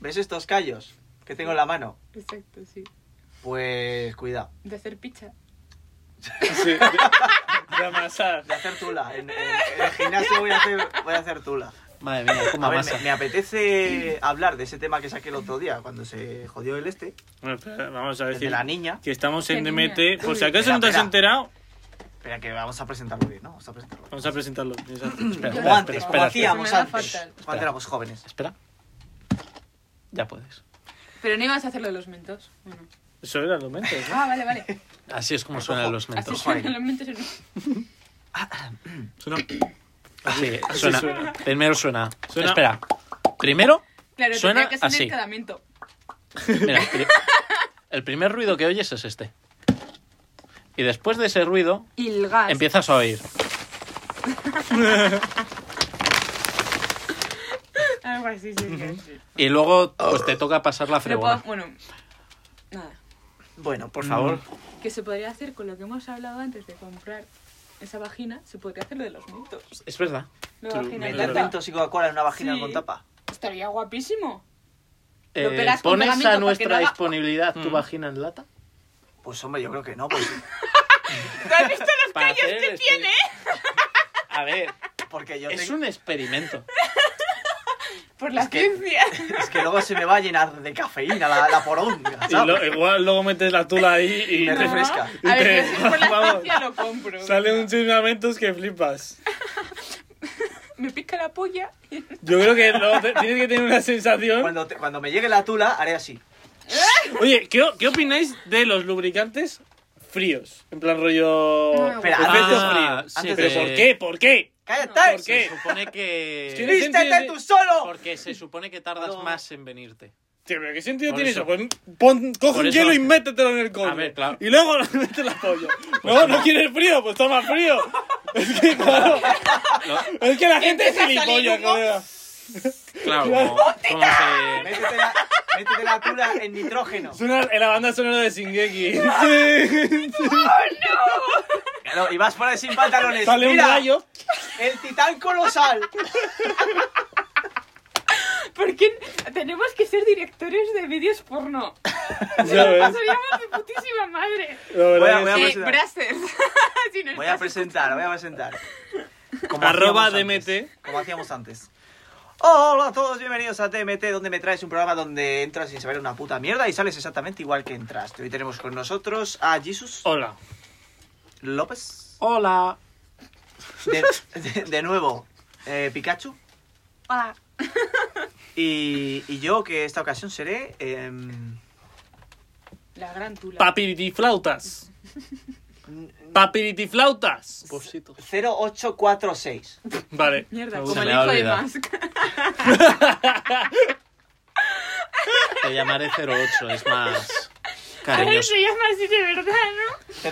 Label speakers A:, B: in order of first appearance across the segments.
A: ¿Ves estos callos que tengo en la mano?
B: Exacto, sí.
A: Pues cuidado.
B: De hacer picha.
C: Sí. De, de amasar.
A: Voy a hacer tula. En, en- en el gimnasio voy a hacer, voy a hacer tula.
D: Madre mía,
A: A
D: cómo
A: ver,
D: masa.
A: me, me apetece hablar de ese tema que saqué el otro día, cuando se jodió el este,
C: Bueno, espera, vamos a
A: el de
C: decir
A: la niña.
C: que estamos en
B: Qué
C: DMT.
B: niña.
C: Por si acaso
A: Espera,
C: no te has
A: espera.
C: enterado,
A: Espera, que vamos a presentarlo bien, ¿no? Vamos a presentarlo bien.
C: vamos a presentarlo. Exacto.
D: Espera,
A: Como
D: espera,
A: antes,
D: espera,
A: como
D: espera,
A: hacíamos
B: Se me da
A: antes,
B: fatal.
A: cuando éramos jóvenes.
D: Espera. Ya puedes.
B: Pero no ibas a hacer lo de los mentos. Bueno.
C: Eso era lo menos. ¿no?
B: Ah, vale, vale.
D: Así es como suenan
A: Ojo,
D: los
B: Así
D: mentos.
B: suenan los mentos. en-
C: Suena-
D: Así,
C: así
D: suena.
A: Ah,
C: suena.
D: Primero suena.
C: Suena.
D: Espera. Primero,
B: Claro,
D: Suena
B: tendría que sonar
D: así.
B: cada mento.
D: mira, pri- el primer ruido que oyes es este. Y después de ese ruido,
B: Y el gas.
D: empiezas a oír.
B: Algo así, sí. sí.
D: Y luego, pues te toca pasar la
B: Pero
D: fregona.
B: puedo- bueno, nada.
A: Bueno,
D: Por favor.
B: Que se podría hacer con lo que hemos hablado antes de comprar esa vagina, se podría hacer lo de los mentos.
D: pues, Es verdad.
B: La
C: True,
B: vagina
C: me
B: y
A: meter
C: encanta.
B: tapa.
A: mentos y Coca-Cola en una vagina
B: Sí.
A: con tapa.
B: Estaría guapísimo. Lo
D: Eh,
B: pegas con
D: ¿Pones
B: pegamento
D: a
B: para que
D: nuestra
B: no haga-
D: disponibilidad tu
C: Mm.
D: vagina en lata?
A: Pues hombre, yo creo que no, pues,
B: ¿Tú has visto los
D: Para
B: callos
D: hacer
B: que
D: el exper-
B: tiene?
D: A ver,
A: porque yo
D: es
A: tengo-
D: un experimento.
B: Por la
A: Es que-
B: ciencia.
A: es que luego se me va a llenar de cafeína la, la poronga,
C: Y
A: ¿sabes?
C: lo- igual luego metes la tula ahí y
A: Me
C: te-
A: refresco. refresca.
B: A ver,
C: Te-
B: yo por la
C: vamos.
B: ciencia lo compro.
C: sale un chismamentos que flipas.
B: Me pica la polla.
C: Yo creo que luego te- tienes que tener una sensación.
A: Cuando, te- cuando me llegue la tula, haré así.
C: Oye, ¿qué, o- qué opináis de los lubricantes fríos? En plan rollo.
B: No,
A: Espera,
C: efectos
D: Ah,
C: fríos.
D: sí,
C: ¿Pero
A: de-
C: por qué? ¿Por qué?
A: ¡Cállate!
C: ¿Por qué?
D: Se supone
C: Sí,
D: que...
C: ¿Qué
A: ¡Vístete
C: sentido
A: tú solo!
D: Porque se supone que tardas
A: No.
D: más en venirte.
C: Tío, ¿pero qué sentido
D: Por
C: tiene
D: eso.
C: eso? Pues pon, coge
D: Por
C: un
D: eso.
C: hielo y métetelo en el coño.
D: A ver, claro. Pues
C: Y luego le metes la polla. no, no quieres frío, pues toma frío. Es que, claro. Es que la gente es
B: Empieza a salir
C: gilipollas,
B: humo.
C: colega.
D: Claro, como, como se...
A: Métete la, métete la tula en nitrógeno.
C: Suena en la banda sonora de Singeki.
A: Claro, y vas por ahí sin pantalones.
C: Sale un
A: Mira,
C: rayo.
A: el titán colosal.
B: ¿Por qué tenemos que ser directores de vídeos porno?
C: Ya ves.
B: Pasaríamos de putísima madre.
C: La verdad
A: Voy a-
C: que
A: voy a
C: sí.
B: Eh,
A: presentar.
B: Brazzers. Si no
A: Voy a
B: estás-
A: presentar, voy a presentar. Como
C: Arroba
A: hacíamos antes,
C: DMT.
A: como hacíamos antes. Hola a todos, bienvenidos a DMT, donde me traes un programa donde entras sin saber una puta mierda y sales exactamente igual que entraste. Hoy tenemos con nosotros a Jesus
C: Hola.
A: López.
D: Hola.
A: De, de- de nuevo, eh, Pikachu.
B: Hola.
A: Y, y yo, que esta ocasión seré. em,
B: La gran tula.
C: Papiritiflautas. Papiritiflautas.
A: 0846.
C: Vale.
B: Mierda,
C: Me
B: como
C: gusta.
B: el
D: Se me ha
B: hijo de
D: olvidado.
B: Musk.
D: Te llamaré 08, es más
B: Ahora
D: cariñoso.
B: se llama así de verdad,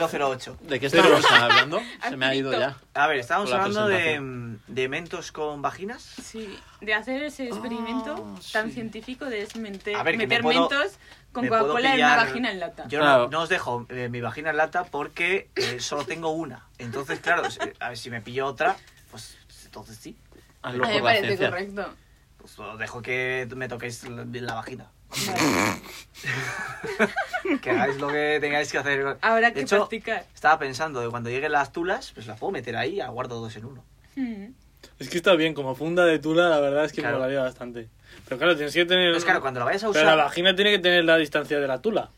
B: ¿no?
A: 008.
D: ¿De qué estamos hablando? Se me ha ido ya.
A: A ver, estábamos
D: Con la
A: hablando de,
D: presentación.
A: em, de mentos con vaginas.
B: Sí, de hacer ese experimento
D: Ah,
B: tan
D: sí.
B: científico de es mente-
A: A ver, que me
B: meter
A: puedo-
B: mentos con
A: me puedo
B: Coca-Cola en una
A: pillar-
B: vagina en lata.
A: Yo
D: Claro.
A: no, no os dejo eh, mi vagina en lata porque eh, solo tengo una. Entonces, claro, si- a ver, si me pillo otra, pues entonces sí.
D: Hazlo
B: A mí me
D: por la
B: parece
D: ciencia.
B: correcto.
A: Pues os dejo que me toquéis la, la vagina.
B: Vale.
A: Que hagáis lo que tengáis que hacer.
B: Habrá
A: De
B: que
A: hecho,
B: practicar.
A: Estaba pensando que cuando lleguen las tulas, pues las puedo meter ahí, aguardo dos en uno.
B: Mm.
C: Es que está bien, como funda de tula, la verdad es que
A: Claro.
C: me molaría bastante. Pero claro, tienes que tener.
A: Pero es claro, cuando la vayas a
C: Pero la
A: usar.
C: vagina tiene que tener la distancia de la tula.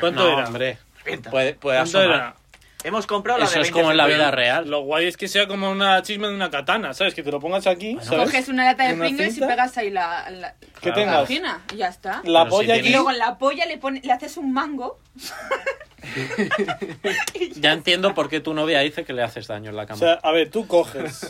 C: ¿Cuánto
D: No,
C: era?
D: hombre.
A: Revienta.
D: Puede, puede
C: ¿Cuánto
D: asomar.
C: era?
A: Hemos comprado la
D: Eso
A: de
D: es
A: 20
D: como en la vida
A: centavos.
D: real.
C: Lo guay es que sea como una chisma de una katana, ¿sabes? Que te lo pongas aquí, ¿sabes?
B: Coges una lata de
C: Una
B: Pringles y
C: cinta.
B: pegas ahí la, la,
C: Que
D: Claro.
B: la
C: tengas
B: vagina y ya está.
C: la
D: Pero si
C: polla
B: Y
C: aquí.
B: luego en la polla le, pone, le haces un mango.
D: Ya entiendo por qué tu novia dice que le haces daño en la
C: O
D: cama.
C: sea, a ver, tú coges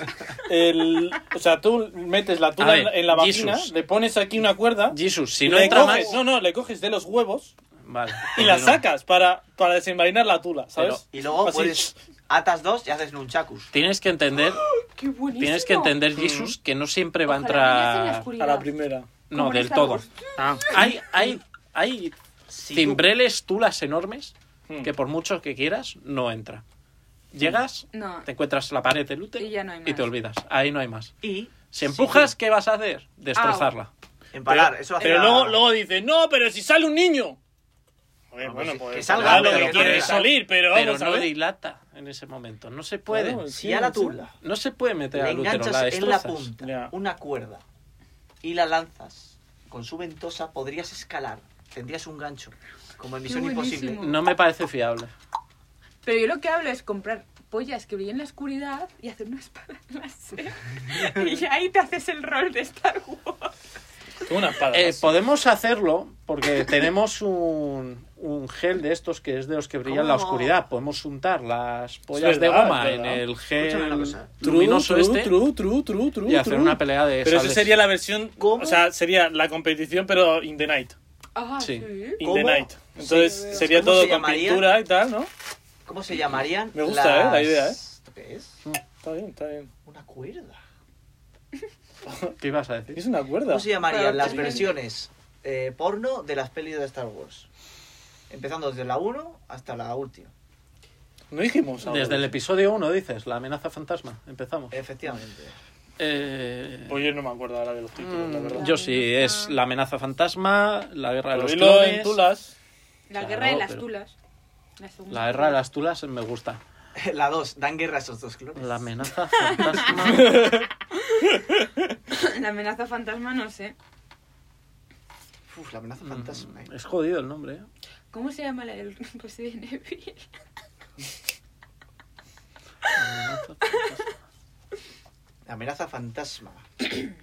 C: el... O sea, tú metes la
D: A
C: tula en,
D: ver,
C: en la vagina,
D: Jesus.
C: le pones aquí una cuerda...
D: Jesus, si no
C: le
D: entra
C: coges,
D: más... Ah,
C: No, no, le coges de los huevos
D: Vale.
C: y la
D: continúa.
C: sacas para, para desenvainar la tula, ¿sabes?
A: Y luego
C: Así.
A: puedes. Atas dos y haces nunchakus.
D: Tienes que entender,
B: ¡Qué buenísimo!
D: tienes que entender, Jesus, que no siempre va a
B: Ojalá vayas en la
D: entrar...
B: oscuridad.
C: A la primera.
D: No,
B: Como en
D: del
B: Star
D: todo.
B: Wars.
C: Ah.
D: Hay, hay, hay
A: Si tú-
D: timbreles tulas enormes
C: Mm.
D: que por mucho que quieras, no entra. Llegas,
B: No.
D: te encuentras la pared del útero
B: Y ya no hay
D: te
B: más.
D: olvidas. Ahí no hay más.
A: Y
C: Ah.
D: Si empujas, ¿qué vas a hacer? Destrozarla.
A: Empalar,
C: pero,
A: eso lo hace
C: Pero
A: la-
C: luego, luego dice, no, pero si sale un niño. Joder,
A: No,
C: bueno,
A: pues,
C: pues.
A: que salga,
C: dale
A: pero
C: que
A: que
C: quiere
A: no-
C: salir, pero
D: Pero
C: vamos a
D: no
C: ver.
D: dilata en ese momento. No se puede.
C: Vamos.
A: Si a la tula
D: No se puede meter
A: le
D: al útero.
A: enganchas
D: La
A: en la
D: destrozas.
A: punta
C: Ya.
A: una cuerda y la lanzas con su ventosa, podrías escalar. Tendrías un gancho, como en
B: Qué
A: Misión
B: buenísimo.
A: Imposible.
D: No me parece fiable.
B: Pero yo lo que hablo es comprar pollas que brillen en la oscuridad y hacer una espada láser. y ahí te haces el rol de Star Wars.
C: Con una espada.
D: Eh,
C: así.
D: podemos hacerlo porque tenemos un, un gel de estos que es de los que brillan en la
A: ¿Cómo?
D: oscuridad. Podemos untar las pollas
C: Es
D: de
C: verdad,
D: goma
C: es
D: en
C: verdad.
D: el gel
A: Escúchame una cosa.
D: luminoso este
C: True, true, true, true,
D: y hacer
C: true.
D: una pelea de
C: Pero esa
D: sables.
C: sería la versión.
A: ¿Cómo?
C: O sea, sería la competición, pero in the night.
B: Ah,
D: Sí.
C: In
A: ¿Cómo?
C: the night. Entonces
A: Sí.
C: sería
A: ¿Cómo
C: todo
A: se
C: con
A: llamaría?
C: pintura y tal, ¿no?
A: ¿Cómo se llamarían?
C: Me gusta,
A: las-
C: eh, la idea, eh.
A: ¿Esto qué es?
C: Está bien, está bien.
A: Una cuerda.
D: ¿Qué ibas a decir?
C: Es una cuerda.
A: ¿Cómo se llamarían
B: Pero
A: las
B: también-
A: versiones eh, porno de las pelis de Star Wars? Empezando desde la 1 hasta la última.
C: No dijimos. algo
D: Desde el
C: de
D: episodio 1 dices, la amenaza fantasma. Empezamos.
A: Efectivamente.
D: Eh,
C: eso. Pues yo no me acuerdo ahora de los títulos, la
D: mm,
C: verdad.
D: yo sí, es la amenaza fantasma, la guerra
C: Pero
D: de los
C: dilo en
D: clones.
C: tulas.
B: La
D: Claro,
B: guerra de las
D: pero-
B: tulas. La, segunda.
D: La guerra de las tulas me gusta.
A: La 2, dan guerra a esos dos clones.
D: La amenaza fantasma.
B: La amenaza fantasma, no sé.
A: Uf, la amenaza fantasma. eh.
D: Mm, es jodido el nombre. ¿eh?
B: ¿Cómo se llama la del Resident Evil?
D: Amenaza fantasma.
A: La amenaza fantasma.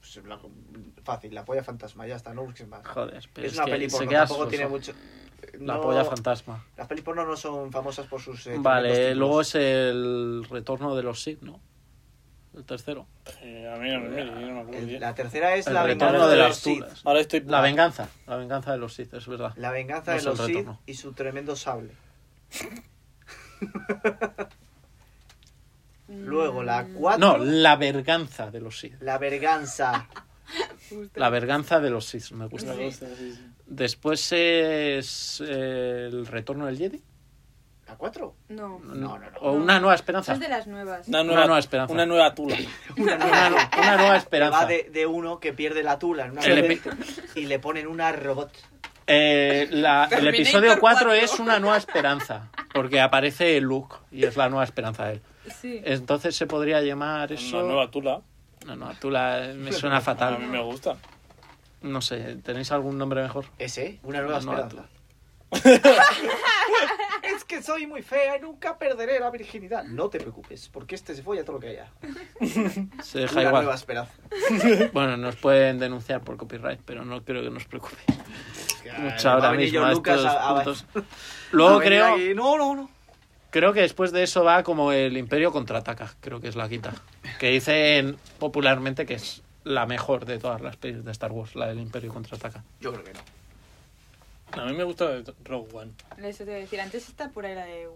A: Pues, la- fácil, la polla fantasma, ya está, no busques más.
D: Joder, pero
A: es
D: es,
A: una
D: que
A: peli
D: se
A: porno,
D: queda
A: tampoco
D: soso.
A: tiene mucho.
D: La
A: no-
D: polla fantasma.
A: Las pelis porno no son famosas por sus. eh,
D: vale,
A: tremendos
D: luego
A: títulos.
D: es el retorno de los Sith, ¿no? El tercero.
C: Eh, a mí no, me- yo no me acuerdo.
A: El-
C: bien.
A: Eh, La tercera es
D: el
A: la
D: retorno
A: venganza de
D: de
A: los
D: las
A: Sith.
D: tulas.
C: Ahora estoy.
D: La venganza. La venganza de los Sith, es verdad.
A: La venganza
D: No
A: de
D: es el
A: los Sith
D: retorno.
A: y su tremendo sable. Luego la
B: Mm.
D: No,
A: 4.
D: la verganza de los Sith.
A: La verganza.
D: La verganza de los Sith, me gusta.
C: Me gusta, Pues sí, sí.
D: Después es eh, el retorno del Jedi.
A: ¿La 4?
B: No.
A: No, no, no.
D: O una nueva esperanza.
B: Es de las nuevas.
C: Una
D: nueva esperanza.
C: Una nueva tula.
A: Una
D: Una, nu- una nueva esperanza.
A: Va de, de uno que pierde la tula en una
D: El
A: corriente y le ponen una robot.
D: Eh, la- el
B: Terminator
D: episodio 4
B: cuatro.
D: es una nueva esperanza. Porque aparece Luke y es la nueva esperanza de él.
B: Sí.
D: Entonces se podría llamar eso.
C: Una nueva tula.
D: No, no, tú la... me suena
C: A mí
D: fatal.
C: me gusta.
D: No sé, ¿tenéis algún nombre mejor?
A: Ese, una nueva
D: Una nueva
A: esperanza. es que soy muy fea y nunca perderé la virginidad. No te preocupes, porque este se folla todo lo que haya.
D: Se deja
A: Una
D: igual.
A: nueva esperanza.
D: Bueno, nos pueden denunciar por copyright, pero no creo que nos preocupe mucho
A: Va a
D: ahora
A: venir
D: mismo
A: yo,
D: a
A: Lucas,
D: estos
A: a- a-
D: puntos.
A: Va
D: Luego
A: a venir
D: creo,
A: aquí, No, no, no.
D: creo que después de eso va como el Imperio contraataca, creo que es la quinta. Que dicen popularmente que es la mejor de todas las pelis de Star Wars, la del Imperio contraataca.
A: Yo creo que no.
C: A mí me gusta de Rogue One.
B: Eso te voy a decir. Antes está por ahí la de,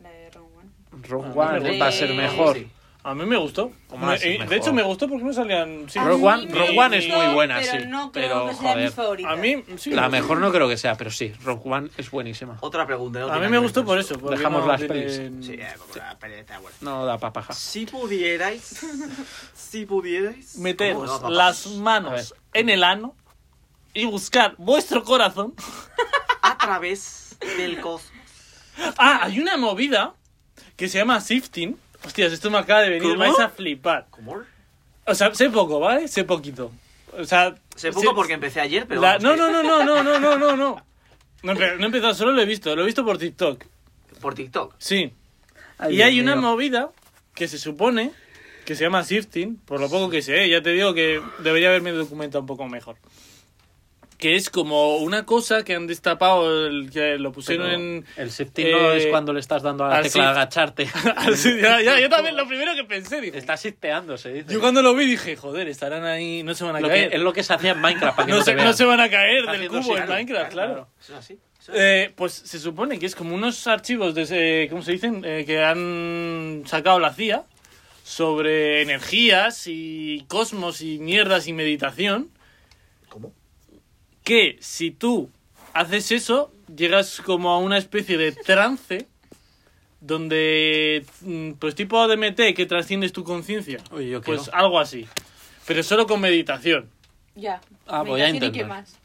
B: la de Ron One.
D: Rogue
C: Ah,
D: One
C: hombre.
D: va a ser mejor.
A: Eh, Sí.
C: A mí me gustó.
D: Como más,
C: Me- eh,
D: mejor.
C: de hecho, me gustó porque no salían. sí.
D: A Rogue mí One-
B: me
D: Rogue One es
B: gustó,
D: muy buena,
B: pero
D: sí,
B: No creo
D: pero,
B: que sea mi
D: joder,
B: favorita.
C: A mí, sí.
D: La mejor no creo que sea, pero sí, Rogue One es buenísima.
A: Otra pregunta. no
C: A
A: tiene
C: mí
A: nada
C: me
A: que
C: gustó
A: ver
C: por
A: con
C: eso. porque
D: Dejamos
C: no
D: las
C: tienen-
A: esto. Sí, eh, porque la pelea está buena.
D: No da pa' paja.
A: Si pudierais, si pudierais... ¿Cómo
C: Meteros
A: no, papá?
C: las
D: A ver.
C: manos en el ano y buscar vuestro corazón.
A: A través del cosmos.
C: Ah, hay una movida que se llama sifting. Hostias, esto me acaba de venir.
A: ¿Cómo?
C: Vais a flipar.
A: ¿Cómo?
C: O sea, sé poco, ¿vale? Sé poquito. O sea,
A: Sé poco
C: sé-
A: porque empecé ayer, pero...
C: la-
A: vamos,
C: No,
A: que
C: no, no, no, no, no, no, no, no. No, pero no he empezado, solo lo he visto. Lo he visto por TikTok.
A: Por TikTok.
C: Sí.
D: Ay,
C: y
D: Dios
C: hay una
D: mío.
C: movida que se supone que se llama sifting, por lo poco que sé, ¿eh? ya te digo que debería haberme documentado un poco mejor. Que es como una cosa que han destapado, el, que lo pusieron
D: Pero
C: en...
D: El shifting no
C: eh,
D: es cuando le estás dando a la
C: al
D: tecla de
C: shift.
D: agacharte.
C: Así, ya, ya, yo también lo primero que pensé, dije...
D: Está shifteando, se dice.
C: Yo cuando lo vi dije, joder, estarán ahí, no se van a
D: Lo que-
C: caer.
D: es lo que se hacía en Minecraft. Para que
C: no,
D: no,
C: se,
D: te
C: no
D: vean.
C: se van a caer del
D: Haciendo
C: cubo en
D: shifting,
C: Minecraft, claro.
A: Eso es así. eso es así.
C: Eh, pues se supone que es como unos archivos de, ese- ¿cómo se dicen? Eh, que han sacado la CIA sobre energías y cosmos y mierdas y meditación.
A: ¿Cómo?
C: Que si tú haces eso, llegas como a una especie de trance donde, mm, pues tipo ADMT, que trasciendes tu conciencia.
D: Oye, yo
C: Pues
D: quiero.
C: algo así. Pero solo con meditación.
B: Ya.
D: Ah,
B: Me
D: voy a
B: imagino
D: intentar.
B: que más.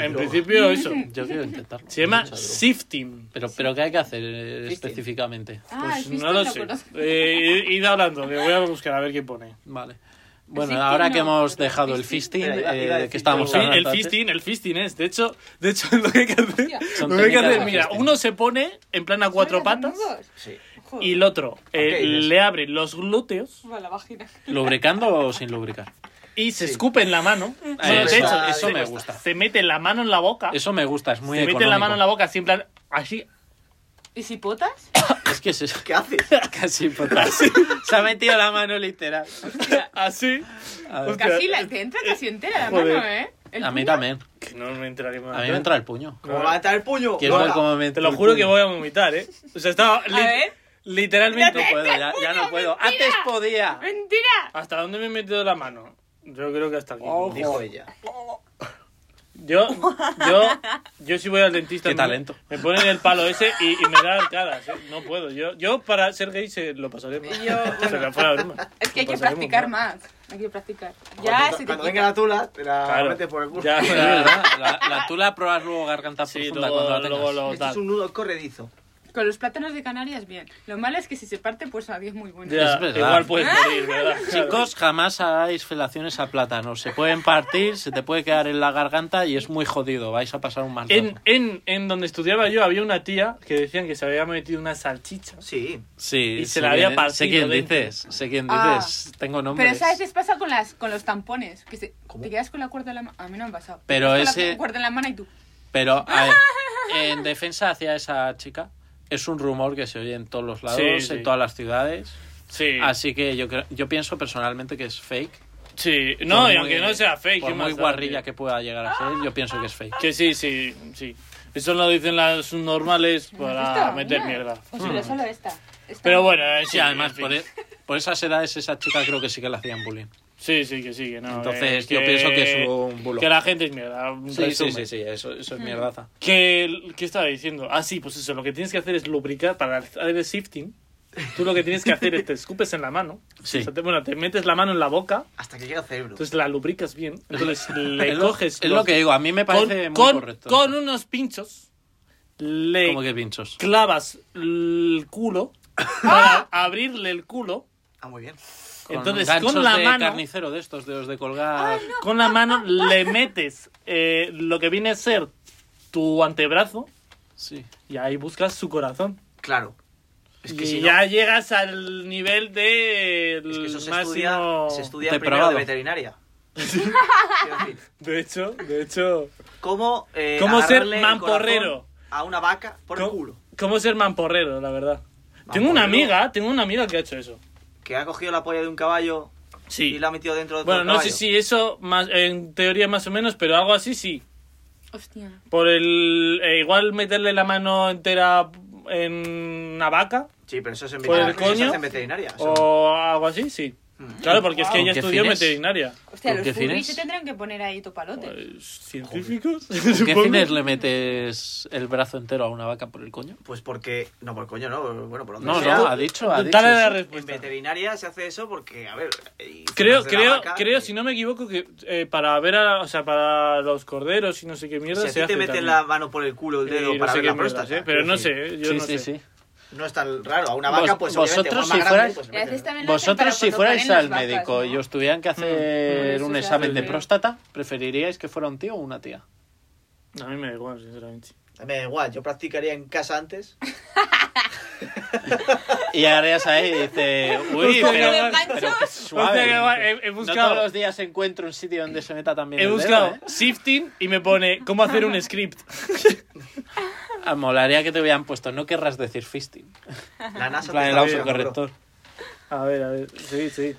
C: En principio eso.
D: Yo quiero intentarlo.
C: Se llama
D: Mucha droga.
C: Sifting.
D: Pero, pero ¿qué hay que hacer eh, específicamente?
B: Ah,
C: Pues
B: ¿has visto?
C: no lo
B: No
C: sé.
B: conozco.
C: Eh, id hablando, que voy a buscar a ver qué pone.
D: Vale. Bueno,
B: fisting
D: ahora que
B: no,
D: hemos
B: pero
D: dejado el
B: fisting.
D: fisting,
A: Espera, iba-
D: eh,
A: iba a
D: de que
A: decir
D: estábamos
A: yo-
C: Sí,
D: hablando
C: el
D: antes,
C: fisting, el fisting es. De hecho, de hecho lo que hay que hacer.
B: Hostia.
D: Son
C: Lo que hay que
D: técnicas
C: hacer,
D: de
C: mira,
D: fisting.
C: uno se pone en plan a cuatro
B: ¿Son los
C: patas
B: desnudos?
A: Sí.
B: Joder.
C: y el otro eh,
A: Ok, dices.
C: le abre los glúteos
B: Va la vagina.
D: ¿Lubricando o sin lubricar?
C: y se escupe en la mano.
D: Ah,
C: de
A: eso-
C: hecho,
A: eso
C: se-
A: me
D: gusta.
C: Se mete la mano en la boca.
D: Eso me gusta, es muy
C: se mete
D: económico.
C: la mano en la boca así en plan así.
B: ¿Y si potas?
D: Es que se...
A: ¿Qué haces?
D: casi potas. se ha metido la mano literal.
C: Así.
D: A ver.
C: Hostia.
B: Casi la, te entra casi entera la
C: Joder.
B: mano, ¿eh? El
D: A mí
B: puño.
D: también.
C: Que no me entraría
D: A mí me entra el puño.
A: ¿Cómo va a entrar el puño?
D: Quiero ver
A: Hola.
D: cómo me
C: Te
D: entra
C: lo
D: el
C: juro
D: puño.
C: que voy a vomitar, ¿eh? O sea, estaba
B: A ver.
D: No
C: literalmente...
D: puedo, ya, ya no puedo.
B: mentira.
D: Antes podía.
B: ¡Mentira!
C: ¿Hasta dónde me he metido la mano? Yo creo que hasta aquí.
B: Oh.
D: Ojo.
A: Dijo ella.
C: Yo, yo, yo si voy al dentista...
D: Qué
C: me-
D: talento.
C: Me ponen el palo ese y, y me dan caras. ¿eh? No puedo. Yo, yo para ser gay se lo pasaré mal.
B: Yo,
C: O sea, que fuera broma.
B: Es que hay
C: Lo
B: que
C: pasaré
B: practicar
C: muy mal.
B: más. Hay que practicar. Ya,
A: Pues Cuando,
B: se te
A: cuando
B: quita.
A: venga la tula, te la
C: Claro.
A: metes por el culo.
C: Ya,
D: Es
C: ya.
D: verdad, la, la- tú la pruebas luego garganta
C: Sí,
D: profunda
C: luego-
D: cuando la
C: luego
D: tengas.
C: lo-
A: Esto es un nudo corredizo.
B: Con los plátanos de Canarias, bien. Lo malo es que si se parte, pues adiós, muy bueno.
C: Ya,
D: Es verdad.
C: igual puedes morir, ¿verdad?
D: Chicos, jamás hagáis felaciones a plátano. Se pueden partir, se te puede quedar en la garganta y es muy jodido. Vais a pasar un mal rato.
C: En, en, en donde estudiaba yo había una tía que decían que se había metido una salchicha.
A: Sí.
D: Sí,
C: y se
D: sé
C: la había
D: quién- Sé
C: partido
D: quién
C: dentro.
D: dices, sé quién
B: Ah.
D: dices. Tengo nombres.
B: Pero ¿sabes? Les pasa con, las, con los tampones. Que se-
A: ¿Cómo?
B: te quedas con la cuerda en la mano. A mí no me han pasado.
D: Pero
B: Te quedas Con
D: ese-
B: la cuerda en la mano y tú.
D: Pero, a ver, en defensa hacia esa chica, es un rumor que se oye en todos los lados,
C: Sí,
D: en
C: sí.
D: todas las ciudades.
C: Sí.
D: Así que yo, creo- yo pienso personalmente que es fake.
C: Sí. No,
D: Por
C: y
D: muy-
C: aunque no sea fake.
D: Por
C: ¿qué
D: muy
C: más da,
D: guarrilla
C: tío?
D: que pueda llegar a ser, yo pienso que es fake.
C: Que sí, sí, sí. Eso lo dicen las normales para
B: ¿Esta?
C: meter
B: Mira.
C: mierda. Mm.
B: Pues pero solo esta. Esta-
C: Pero bueno, eh, sí,
D: Sí, además,
C: en fin.
D: por, e- por esas edades, esa chica creo que sí que le hacían bullying.
C: Sí, sí, que sí, que no.
D: Entonces,
C: eh,
D: yo pienso que es un bulo.
C: Que la gente es mierda.
D: Sí, sí,
C: resumen.
D: sí, sí, eso, eso es
B: Mm.
D: mierdaza.
C: Que, ¿Qué estaba diciendo? Ah, sí, pues eso, lo que tienes que hacer es lubricar para hacer el shifting. Tú lo que tienes que hacer es te escupes en la mano.
D: Sí.
C: O sea, te- bueno, te metes la mano en la boca,
A: Hasta que llega el cerebro.
C: entonces la lubricas bien. Entonces le
D: es lo,
C: coges.
D: es lo
C: los-
D: que digo, a mí me
C: con,
D: parece muy
C: con-
D: correcto.
C: con unos pinchos, le
D: Como que pinchos.
C: clavas el culo para abrirle el culo.
A: Ah, muy bien.
D: Con
C: Entonces,
D: ganchos
C: con la
D: de
C: mano-
D: carnicero de estos, de los de colgar.
C: Con la mano le metes eh, lo que viene a ser tu antebrazo
D: Sí.
C: y ahí buscas su corazón.
A: Claro. Es que
C: y
A: si no-
C: ya llegas al nivel de el
A: Es que eso se
C: máximo...
A: estudia, se estudia
D: Te he
A: primero
D: probado.
A: de veterinaria. Quiero decir,
C: De hecho, de hecho,
A: ¿Cómo, eh,
C: ¿Cómo ser
A: agarrarle el
C: mamporrero?
A: corazón A una vaca por el
C: ¿cómo-
A: culo.
C: ¿cómo ser mamporrero, la verdad? Tengo una
A: Mamporrero.
C: amiga, tengo una amiga que ha hecho eso.
A: Que ha cogido la polla de un caballo
C: Sí.
A: y la ha metido dentro de otro
C: Bueno, no sé
A: caballo.
C: si eso más en teoría más o menos, pero algo así sí.
B: Hostia.
C: Por el eh, igual meterle la mano entera en una vaca
A: Sí, pero eso es en
C: Por el
A: veterinaria. eso se
C: coño.
A: hace en veterinaria. eso.
C: o algo así, sí.
A: Ah, Mm.
C: Claro, porque es que
D: Wow.
C: ella
D: ¿Qué
C: estudió
D: fines?
C: veterinaria.
B: Hostia,
D: ¿Con
B: los
D: qué
B: furries
D: fines?
B: se tendrán que poner ahí tu palote.
C: Pues, científicos.
D: ¿Con ¿Qué
C: supongo.
D: fines le metes el brazo entero a una vaca por el coño?
A: Pues porque... No, por el coño no. Bueno, por lo que
D: No,
A: sea.
D: no, ha dicho, ha
C: Dale
D: dicho.
C: la
D: eso.
A: En
C: respuesta.
A: veterinaria se hace eso porque, a ver... eh, hay
C: pues, Creo,
A: zonas de la
C: creo,
A: vaca
C: creo,
A: que-
C: si no me equivoco, que eh, para ver a, o sea, para los corderos y no sé qué mierda
A: Si a ti
C: se hace
A: te meten
C: también.
A: la mano por el culo, el
C: Y
A: dedo,
C: no
A: para
C: sé
A: ver
C: qué
A: la
C: mierdas,
A: próstata.
C: ¿eh? Pero no
D: Sí.
C: sé, eh, yo
D: sí,
C: no
D: sí,
C: sé.
D: sí.
A: No es tan raro. A una
D: Vos-
A: vaca, pues obviamente,
D: vosotros
A: igual más
D: si
A: grande,
D: fuerais-
A: pues,
B: Le haces también la
D: Vosotros,
B: trampa
D: si
B: cuando
D: fuerais
B: paren
D: al
B: las vacas,
D: médico
B: ¿no?
D: y os tuvieran que hacer
B: Mm.
D: un
B: Eso se
D: examen
C: hace
D: de
C: bien.
D: próstata, ¿preferiríais que fuera un tío o una tía?
C: A mí me da igual, sinceramente.
A: Me da igual, yo practicaría en casa antes.
D: Y harías ahí y dice, uy,
C: Hostia,
D: pero,
C: qué
B: guay.
D: pero qué suave.
C: Hostia, qué guay, eh, he- he
D: No
C: buscado.
D: todos los días encuentro un sitio donde se meta también
C: He
D: el dedo,
C: buscado
D: ¿eh?
C: shifting y me pone cómo hacer un script.
D: Ah, molaría que te hubieran puesto, no querrás decir fisting.
A: La
D: En
A: NASA
D: plan,
A: te
D: el
A: está
D: autocorrector.
C: A ver, a ver. Sí, sí.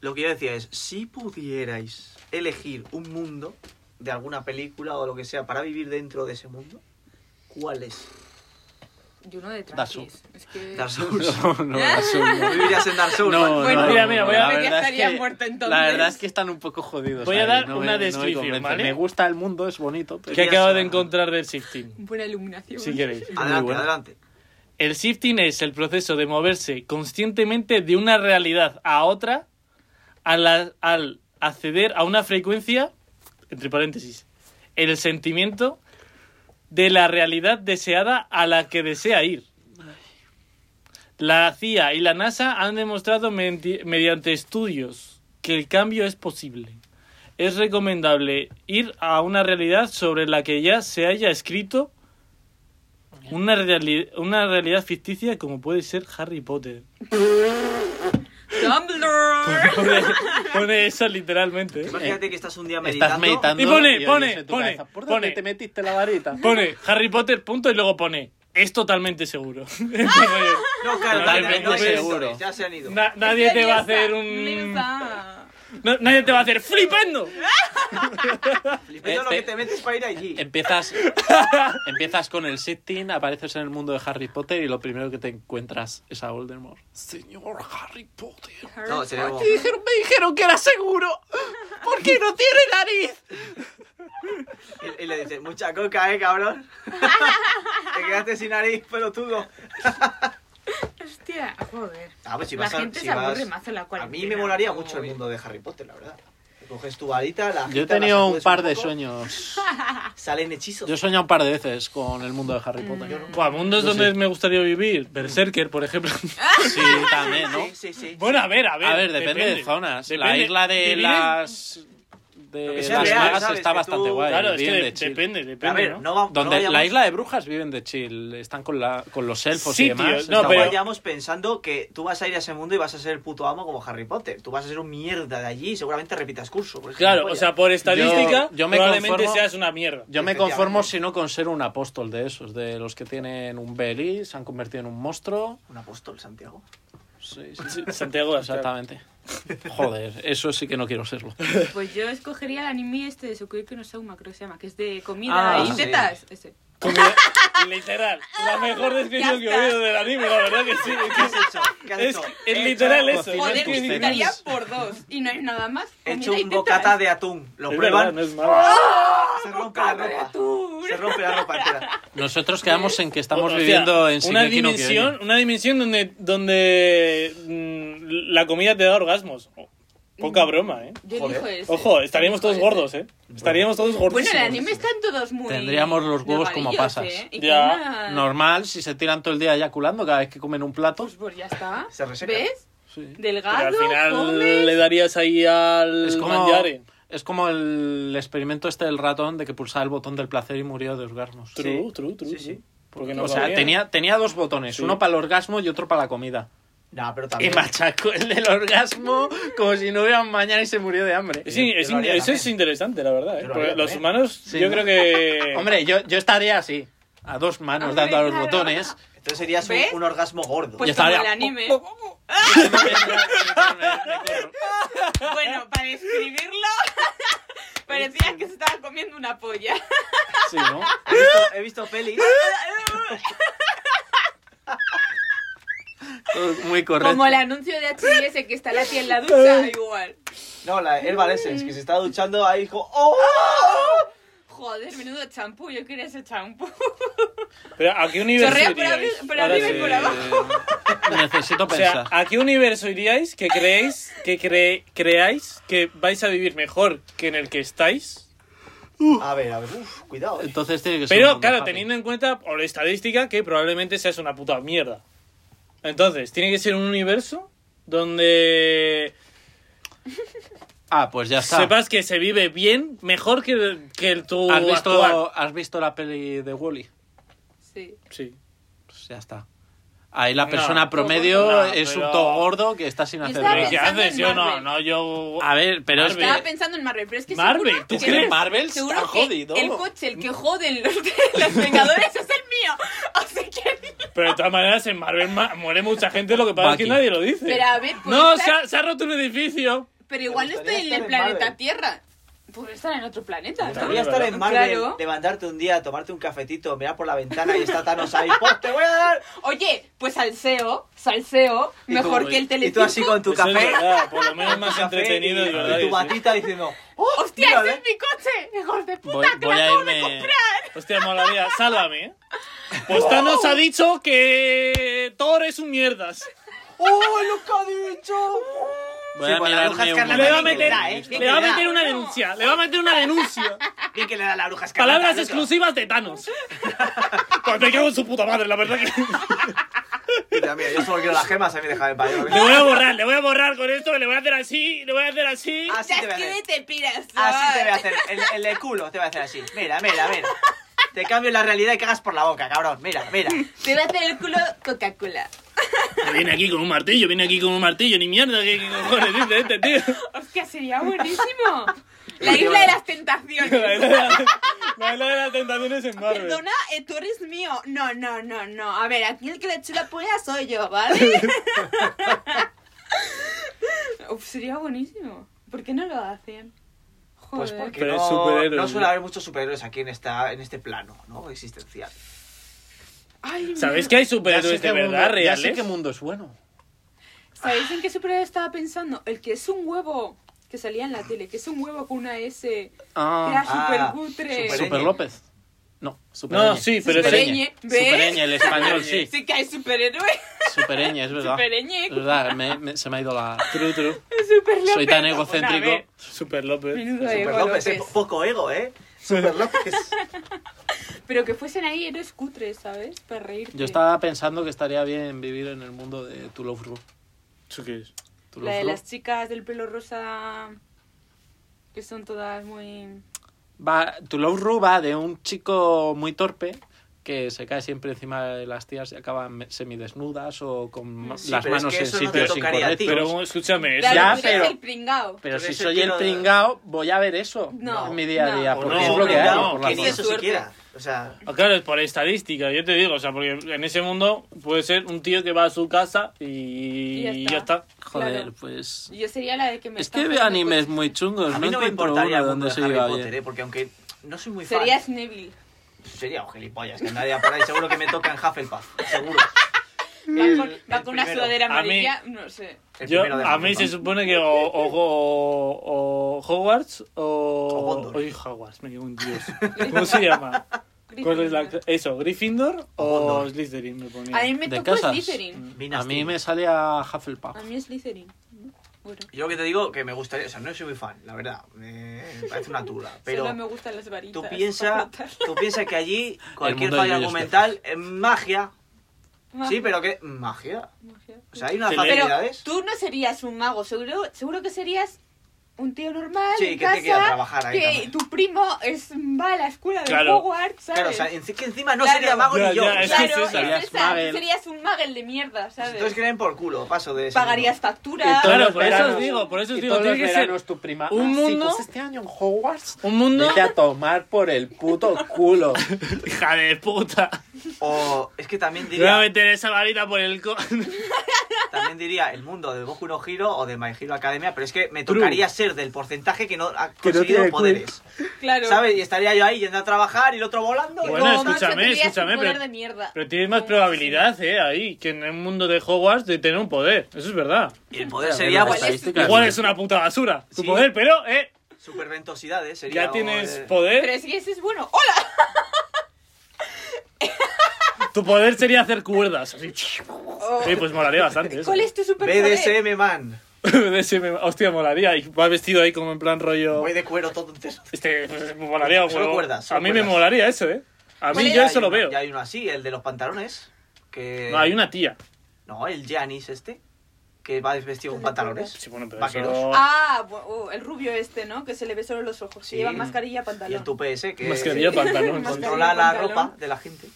A: Lo que yo decía es, si pudierais elegir un mundo de alguna película o lo que sea para vivir dentro de ese mundo, ¿cuál es?
B: Yo no de
D: Da su-
B: tranquis. Es que...
A: Dark Souls.
D: No, no, eso
A: ¿Tú vivirías en Dark Souls?
D: No,
B: Bueno,
D: no,
C: mira, mira, voy a-
B: Ya
D: la verdad es
B: estaría
D: que-
B: muerto entonces.
D: La verdad es que están un poco jodidos.
C: Voy a
D: ahí,
C: dar
D: no me-
C: una
D: no me
C: descripción,
D: convencen.
C: ¿vale?
D: Me gusta el mundo, es bonito, pero
C: Que acabo de
A: Dios.
C: encontrar del shifting.
B: Buena iluminación.
C: Si queréis.
A: Adelante,
D: bueno.
A: adelante.
C: El shifting es el proceso de moverse conscientemente de una realidad a otra al, al acceder a una frecuencia entre paréntesis, el sentimiento de la realidad deseada a la que desea ir. La CIA y la NASA han demostrado menti- mediante estudios que el cambio es posible. Es recomendable ir a una realidad sobre la que ya se haya escrito una, reali- una realidad ficticia como puede ser Harry Potter.
B: Dumbledore.
C: Pone, pone eso literalmente. ¿eh?
A: Imagínate que estás un día meditando.
D: Estás meditando.
C: Y pone,
D: oyes
C: pone,
D: en tu
C: pone,
D: cabeza, ¿Por dónde
C: pone.
D: te metiste la varita?
C: Pone Harry Potter, punto, y luego pone, es totalmente seguro.
A: No, claro,
D: Totalmente
A: no hay
D: seguro.
A: sectores, Ya se han ido.
C: Na- nadie te va a hacer un...
B: Lisa.
C: No, nadie te va a hacer flipando.
A: Flipando lo
D: Este- em,
A: que te metes para ir allí.
D: Empiezas, empiezas con el sitting, apareces en el mundo de Harry Potter y lo primero que te encuentras es a Voldemort. Señor Harry Potter.
A: No, sería como-
D: Me dijeron, me dijeron que era seguro. ¿Por qué no tiene nariz?
A: Y, y le dices, mucha coca, eh, cabrón. te quedaste sin nariz, pelotudo.
B: Hostia, joder.
A: Ah, pues si
B: La
A: vas a-
B: gente
A: si
B: se aburre
A: vas-
B: más en la
A: A
B: cuarentena.
A: mí me molaría
B: como
A: mucho el
B: hoy.
A: mundo de Harry Potter, la verdad. Coges tu varita, la
D: Yo he
A: agitas, la
D: tenido un
A: sacudes
D: par de
A: poco,
D: sueños.
A: Salen hechizos.
D: Yo he soñado un par de veces con el mundo de Harry
A: Mm.
D: Potter.
C: Buah, mundos
D: No sé.
C: donde me gustaría vivir. Berserker, por ejemplo.
D: Sí, también, ¿no?
A: Sí, sí, sí.
C: Bueno, a ver, a ver.
D: A ver, depende, de zonas. la
C: Depende.
D: isla de
C: Vivir en-
D: las de
A: Lo que sea
D: las
A: real,
D: magas
A: ¿sabes?
D: está
A: Que tú-
D: bastante guay.
C: Claro, es que
D: viven
C: de-
D: de chill.
C: depende, depende.
A: a ver,
C: ¿no?
A: no, va- no
D: Donde
A: vayamos,
D: la isla de brujas viven de chill, están con la con los elfos
C: Sí,
D: y
C: tío,
D: demás.
A: no
C: no,
D: está
C: pero-
D: guay.
A: vayamos pensando que tú vas a ir a ese mundo y vas a ser el puto amo como Harry Potter. Tú vas a ser un mierda de allí y seguramente repitas curso. porque es
C: Claro,
A: una
C: o
A: polla.
C: sea, pues- por estadística,
D: Yo- yo me
C: probablemente
D: conformo-
C: seas una mierda.
D: Yo me
A: Efectivamente.
D: conformo si no con ser un apóstol de esos, de los que tienen un beli, se han convertido en un monstruo.
A: Un apóstol, Santiago.
D: Sí, sí,
C: Sí, Santiago, exactamente.
D: exactamente. Joder, eso sí que no quiero serlo.
B: Pues yo escogería el anime este de Sukuyuki no Soma, creo que se llama, que es de
D: Ah,
B: comida y
A: sí.
B: tetas. Ese.
C: Literal, la mejor descripción que he
B: Ya está.
C: oído del anime, la verdad que sí.
A: ¿Qué has hecho? ¿Qué has
C: Es,
A: hecho?
C: es
A: He
C: literal
A: hecho-
C: eso.
D: cocinar
C: es
B: Joder,
C: que
D: tus
C: es-
D: tetas.
B: quitaría por dos. Y no hay nada más.
A: He hecho
B: comida y
A: un ¿eh?
B: tetas.
A: bocata de atún. Lo
C: Es
A: prueban.
C: verdad, no es malo.
D: Ah.
A: se rompe la ropa. Se rompe la ropa entera.
D: Nosotros quedamos en que estamos
C: O sea,
D: viviendo en
C: una
D: Shingeki no
C: dimensión,
D: Kyojin.
C: una dimensión donde, donde mm, la comida te da orgasmos. Oh, Poca broma, ¿eh?
B: Yo
A: Joder.
B: elijo ese.
C: Ojo, estaríamos todos
B: Mm. Joder.
C: gordos, ¿eh? Estaríamos todos gordos.
B: Bueno, el anime están todos muy.
D: Tendríamos los huevos como
B: delgadillos,
D: pasas.
B: ¿eh? Y
C: Ya.
B: con una-
D: Normal, si se tiran todo el día eyaculando cada vez que comen un plato.
B: Pues ya está.
A: Se reseca.
B: ¿Ves?
D: Sí.
B: Delgado.
C: Pero al final
B: comes.
C: le darías ahí al
D: Es como,
C: mangiare.
D: es como el experimento este del ratón de que pulsaba el botón del placer y murió de orgasmos.
C: True, true, true.
A: Sí,
C: Sí,
A: sí.
C: Porque no
D: o sea,
C: cabría.
D: tenía, tenía dos botones,
C: Sí.
D: uno para el orgasmo y otro para la comida.
A: No, pero
D: Y
A: también.
D: machacó el del orgasmo como si no hubiera un mañana y se murió de hambre.
C: Sí,
A: Yo
C: es
A: lo haría
C: in- eso
A: también.
C: es interesante, la verdad. ¿eh?
A: Yo lo
C: Porque
A: haría
C: los
A: también.
C: humanos,
D: Sí,
C: yo
D: ¿no?
C: creo que.
D: Hombre, yo, yo estaría así, a dos manos
B: Hombre,
D: dando a los
B: claro.
D: botones.
A: Entonces serías un,
B: ¿Ves?
A: un orgasmo gordo.
D: Ya Oh,
B: Pues como
D: estaría.
B: el anime.
D: oh.
B: bueno, para describirlo, parecía que se estaba comiendo una polla.
D: Sí, ¿no?
A: He visto, he visto pelis.
D: Muy correcto.
B: Como el anuncio de HS que está la tía en la ducha, igual.
A: No, la, el Valesens, que se está duchando ahí, dijo. ¡Oh!
B: Joder, menudo champú, yo quería ese champú.
C: Pero ¿a qué universo
B: Chorrea por,
C: iríais?
B: arri- por
C: Ahora
B: arriba
C: sí.
B: y por abajo.
D: Necesito
C: O sea, ah,
D: pensar.
C: ¿a qué universo iríais que creéis que cre- creáis que vais a vivir mejor que en el que estáis?
A: A ver, a ver, uf, cuidado. eh.
D: Entonces tiene que ser un
C: Pero
D: mundo
C: claro,
D: happy.
C: teniendo en cuenta o la estadística que probablemente seas una puta mierda. Entonces, tiene que ser un universo donde
D: Ah, pues ya está.
C: sepas que se vive bien, mejor que, que el tu
D: ¿Has
C: actual.
D: visto, ¿Has visto la peli de Wally?
B: Sí.
C: Sí.
D: Pues ya está. Ahí la
C: No.
D: persona promedio
C: No,
D: es
C: pero-
D: un todo gordo que está sin
B: Yo
D: hacer
B: estaba
D: nada.
C: ¿Qué
B: pensando-
C: haces?
B: en
C: Yo no,
B: Marvel.
C: no, yo...
D: A ver, pero es
C: Marvel.
B: Estaba
D: que
B: pensando en Marvel, pero es que
C: Marvel,
B: seguro
C: ¿tú
B: que-
C: crees?
D: Marvel
B: Seguro
D: está
B: que
D: jodido.
B: el coche, el que joden los, los Vengadores, es el mío. Así que...
C: Pero de todas maneras, en Marvel ma- muere mucha gente, lo que pasa es que
D: Bucky.
C: nadie lo dice.
B: Pero a ver, pues
C: no,
B: está-
C: se ha, se ha roto un edificio.
B: Pero igual no
A: gustaría
B: estoy
A: estar
B: en el
A: en
B: planeta
A: Marvel.
B: Tierra. Podría estar en otro planeta,
A: Te
B: ¿no?
A: voy a estar en Marvel,
B: Claro.
A: levantarte un día, tomarte un cafetito, mirar por la ventana y está Thanos ahí. ¡Pues te voy a dar!
B: Oye, pues salseo, salseo,
A: Y
B: mejor
A: tú-
B: que el
A: Y tú
B: teletito.
A: así con tu
C: Eso es
A: café.
C: verdad, por lo menos
A: con tu
C: Pues más
A: café
C: entretenido,
A: y,
C: es verdad
A: y
C: que
A: tu
C: sí.
A: batita diciendo ¡Oh,
B: ¡Hostia,
A: mírale!
B: ese es mi coche! ¡Hijos de puta,
D: voy,
B: que
D: voy
B: la
D: a
B: acabo de
D: irme.
C: Hostia, molaría. Sálvame, ¿eh? Pues Thanos ha dicho que Thor es un mierdas.
A: ¡Oh, lo que ha dicho! Sí,
C: Voy a
A: pues la bruja
C: mirarme
A: escarlata
C: un-
A: bien
C: Le va a
A: que
C: meter,
A: da, ¿eh? Bien
C: le va a
A: que
C: meter
A: da.
C: una denuncia. Le va a meter una denuncia.
A: Bien que le da la bruja escarlata al
C: Palabras
A: otro.
C: exclusivas de Thanos. Pues me cago en su puta madre, la verdad que.
A: Mira, mira, yo solo quiero las gemas, a mí déjame en paz. yo-
C: Le voy a borrar, le voy a borrar con esto, le voy a hacer así, le voy a hacer así.
A: Así te voy a hacer.
B: Suscríbete, piras.
A: Así Ah, te voy a hacer. El, el de culo te voy a hacer así. Mira, mira, mira. Te cambio la realidad y cagas por la boca, cabrón. Mira, mira.
B: Te va a hacer el culo Coca-Cola.
C: Ah, Viene aquí con un martillo, viene aquí con un martillo, ni mierda, ¿qué, qué cojones dice este tío?
B: Hostia, sería buenísimo. La
A: Qué
B: isla
A: bueno.
B: de las
C: La
B: tentaciones.
C: isla la isla de las tentaciones en Marvel.
B: Perdona, eh, tú eres mío. No, no, no, no. A ver, aquí el que le echó la polla soy yo, ¿vale? Uf, sería buenísimo. ¿Por qué no lo hacen? Joder.
A: Pues porque
C: Pero es
A: no,
C: superhéroe.
A: no suele haber muchos superhéroes aquí en, esta, en este plano, ¿no? Existencial.
B: Ay,
C: ¿Sabéis
B: mira.
C: que hay
D: Ya sé
C: superhéroes
D: qué
C: de verdad
D: mundo- Ya sé
C: reales?
D: qué mundo es bueno.
B: ¿Sabéis en qué superhéroe estaba pensando? El que es un huevo que salía en la tele, que es un huevo con una S. que era
D: Ah,
A: ah,
B: súper cutre.
A: superhéroe.
D: Super López. No, Super
C: No,
D: Ñ.
C: sí, pero
D: Super
B: es-
D: Ñ.
B: ¿Ves?
D: Super Ñ, el español, sí.
B: Sí que hay superhéroe.
D: Super Ñ, es verdad.
B: Super Ñ.
D: Es verdad, me- me- se me ha ido la...
C: True, true.
B: Super
D: Soy
B: López.
D: tan
B: Una vez.
D: egocéntrico.
C: Super López.
B: Menudo
A: Super
B: ego
A: López, eh,
B: López.
A: po- poco ego, ¿eh? Super López.
B: Pero que fuesen ahí eres cutre, ¿sabes? Para reírte.
D: Yo estaba pensando que estaría bien vivir en el mundo de Tulofru.
C: ¿Eso qué es?
B: La de las chicas del pelo rosa que son todas muy...
D: Va, Toulouse va de un chico muy torpe que se cae siempre encima de las tías y acaban me- semidesnudas o con ma-
A: Sí,
D: las
A: pero es
D: manos
A: que eso
D: en
A: no te
D: sitios
A: tocaría a ti.
D: incorrectos. Pero,
C: Pero escúchame, eso
B: Claro,
D: Ya,
B: tú eres
D: pero-
B: el pringao.
A: Pero
D: si
A: ese
D: soy el
A: estilo de-
D: pringao, voy a ver eso
B: No,
D: en mi día a
B: no.
D: día.
C: O
D: Porque
C: no,
D: es lo que hay.
C: no,
D: por la
A: que ni
D: zona.
A: eso siquiera. O sea,
C: Ah, Claro, es por estadística, yo te digo, o sea, porque en ese mundo puede ser un tío que va a su casa y,
B: Y ya está.
C: ya está.
D: Joder,
B: Claro.
D: pues...
B: Yo sería la de que me...
D: Es
B: están
D: que veo
B: pasando
D: animes
B: cosas.
D: muy chungos.
A: a mí no me
D: Pues encuentro
A: importaría
D: uno
A: el mundo
D: donde
A: de
D: se
A: Harry
D: lleva
A: Potter,
D: bien.
A: ¿eh? Porque aunque no soy muy fan,
B: Serías Neville.
A: sería un gilipollas que andaría por ahí. Seguro que me toca en Hufflepuff, seguro.
C: Mm.
B: Va con,
A: El-
B: va
A: el
B: con una
A: primero.
B: sudadera
C: A mí-
B: amarilla, no sé.
A: El
C: Yo,
A: primero de
C: a mí
A: Hufflepuff.
C: se supone que o, o- o- o Hogwarts
A: O
C: o...
A: Gondor.
C: Oye, Hogwarts, me cago en Dios. ¿Cómo se llama? ¿Cuál es la... Eso, Gryffindor o,
A: Gondor.
C: Slytherin me ponía.
B: A mí me
D: ¿De
B: tocó
D: casas?
B: Slytherin.
A: Minas
D: A mí
A: Tirith.
D: me salía Hufflepuff.
A: Ah.
B: A mí es Slytherin. Bueno,
A: Yo que te digo que me gustaría, o sea, no soy muy fan, la verdad. Me me parece una tula.
B: solo me
A: Pero
B: gustan las varitas.
A: tú piensa,
B: para flotar.
A: tú piensa que allí cualquier
D: mundo de
A: falla
D: Lilo
A: argumental es magia. Sí,
B: Magia,
A: pero que magia.
B: magia.
A: O sea, hay unas
C: Se lee.
B: Pero
A: facilidades.
B: tú no serías un mago, seguro, seguro que serías un tío normal
A: Sí, que
B: en
A: te
B: casa,
A: queda trabajar ahí
B: que
A: también.
B: tu primo es, va a la escuela de
C: Claro.
B: Hogwarts, ¿sabes?
A: Claro, o sea, enci- que encima no
B: Claro.
A: sería mago
C: Ya,
A: ni yo. o
C: ya,
A: sea,
C: que es
B: Claro,
C: esa.
B: es
D: Serías
B: esa,
D: magel.
B: serías un magel de mierda,
A: Entonces
B: ¿sabes?
A: creen por culo, paso de eso.
B: Pagarías facturas.
C: todos Claro,
D: los
C: por eso os
D: veranos-
C: digo, por eso os
D: y
C: digo,
D: todos
C: tiene
D: los
C: que ser
D: veranos tu prima,
C: un
D: "Ah, sí,
C: mundo-
D: pues este año en Hogwarts.
C: Un mundo...
D: Vete a tomar por el puto culo.
C: Hija de puta.
A: O es que también
C: Le voy a
A: diría,
C: meter esa varita por el... co-
A: también diría el mundo de Boku no Hero o de My Hero Academia, pero es que me
D: True.
A: tocaría ser del porcentaje que no ha
D: Que no
A: conseguido
D: tiene
A: poderes.
B: claro.
A: ¿Sabes? Y estaría yo ahí yendo a trabajar y el otro volando. y
C: Bueno,
A: todo.
B: Como Max,
C: escúchame,
B: tendrías un
C: escúchame,
B: poder
C: pero-
B: de mierda.
C: Pero tienes más probabilidad, eh, ahí, que en el mundo de Hogwarts de tener un poder. Eso es verdad.
A: Y el poder
D: Claro,
A: sería
D: que no
A: pues,
B: está ahí.
D: estadísticas.
C: Igual es una puta basura tu
A: Sí.
C: poder, pero, eh,
A: superventosidades. Sería
C: ya tienes
A: eh,
B: Pero
C: poder.
B: es que ese es bueno. ¡Hola!
C: Tu poder sería hacer cuerdas. Así. Sí, pues molaría bastante eso.
B: Oh. ¿Cuál es tu superpoder?
A: BDSM man.
C: De ese me- Hostia, molaría. Y va vestido ahí como en plan rollo...
A: Voy de cuero todo entero.
C: Este, pues, me molaría un
A: Solo
C: huevo.
A: cuerdas, solo
C: A mí
A: cuerdas.
C: me molaría eso, eh. A
B: ¿Cuál
C: mí
B: es?
C: yo
B: Ya
C: eso
A: hay
C: lo
A: uno-
C: veo.
A: Ya hay uno así, el de los pantalones. Que...
C: No, hay una tía.
A: No, el Janis este. Que va vestido con pantalones.
C: Sí, bueno, pero
A: Vaqueros.
C: eso-
B: Ah, bu- oh, el rubio este, ¿no? Que se le ve solo los ojos.
A: Sí.
B: Que lleva mascarilla, pantalón.
A: Y el tupe ese que
C: Mascarilla, pantalón.
A: controla la
B: Mascarilla,
A: ropa
B: pantalón.
A: de la gente.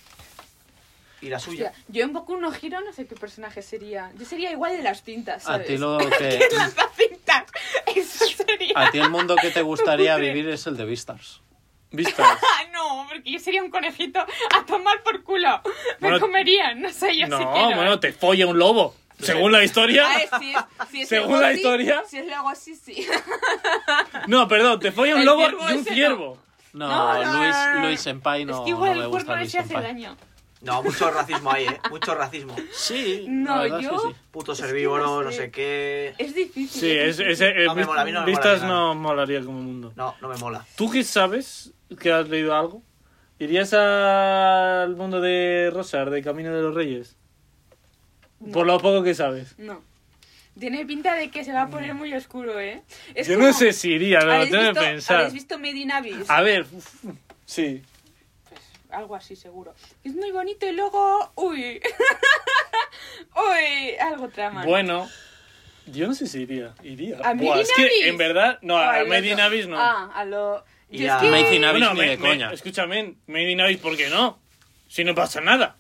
A: Y la suya.
B: Hostia, yo en Boku no Hero no sé qué personaje sería. Yo sería igual de las cintas,
D: A
C: Ah,
B: ¿sabes?
D: ti lo que...
B: ¿Qué lanzacintas? Eso sería...
C: Ah.
D: A ti el mundo que te gustaría
B: Putre.
D: vivir es el de Beastars.
C: Vistas.
B: Ah, no, porque yo sería un conejito a tomar por culo. Me
C: Bueno,
B: comerían, no sé, yo
C: No,
B: sí quiero. ¿eh?
C: bueno, te folla un lobo. Según la historia.
B: A ver, si es, si es
C: Según
B: luego
C: la
B: sí,
C: historia.
B: Si es luego sí, sí.
C: No, perdón, te folla un
B: El
C: lobo
B: ciervo
C: y un
B: ese no.
C: ciervo.
D: No,
B: No, no,
D: Luis,
B: no, no.
D: Luis Senpai no,
B: es que igual
D: no me
B: el
D: gusta
B: cuerno
D: Luis
B: ese hace
D: Senpai.
B: daño.
A: No, mucho racismo ahí, eh. Mucho racismo.
D: Sí,
B: No,
D: la verdad
B: yo-
D: es que sí.
A: Putos
B: Es que
A: herbívoros,
B: no
A: no
B: sé.
A: sé qué.
B: Es difícil.
C: Sí, es,
B: difícil.
C: ese, eh,
A: No me mola, a mí no me
C: vistas
A: mola
C: no molaría como mundo.
A: No, no me mola.
C: ¿Tú qué sabes que has leído algo? ¿Irías al mundo de Rosar, de Camino de los Reyes? Por lo poco que sabes.
B: No. Tiene pinta de que se va a poner muy oscuro, ¿eh? Es
C: Mm. Yo
B: como-
C: no sé si iría, pero lo
B: ¿habéis
C: tengo que
B: visto-
C: pensar.
B: ¿Habéis visto Medinavis?
C: A ver, uf, sí.
B: Pues, Algo así, seguro. Es muy bonito y luego... ¡Uy! ¡Uy! Algo trama.
C: Bueno, yo no sé si iría. Iría.
B: ¿A
C: Buah, es
B: Medinavis?
C: que en verdad, no,
B: O
C: a
B: al otro.
C: Made in Abyss no.
B: Ah, a lo...
A: Y
B: Yo es
A: a
B: que-
A: Made
D: in Abyss ni
C: me-
D: de
C: me-
D: coña.
C: Escúchame, Made in Abyss, ¿por qué no? Si no pasa nada.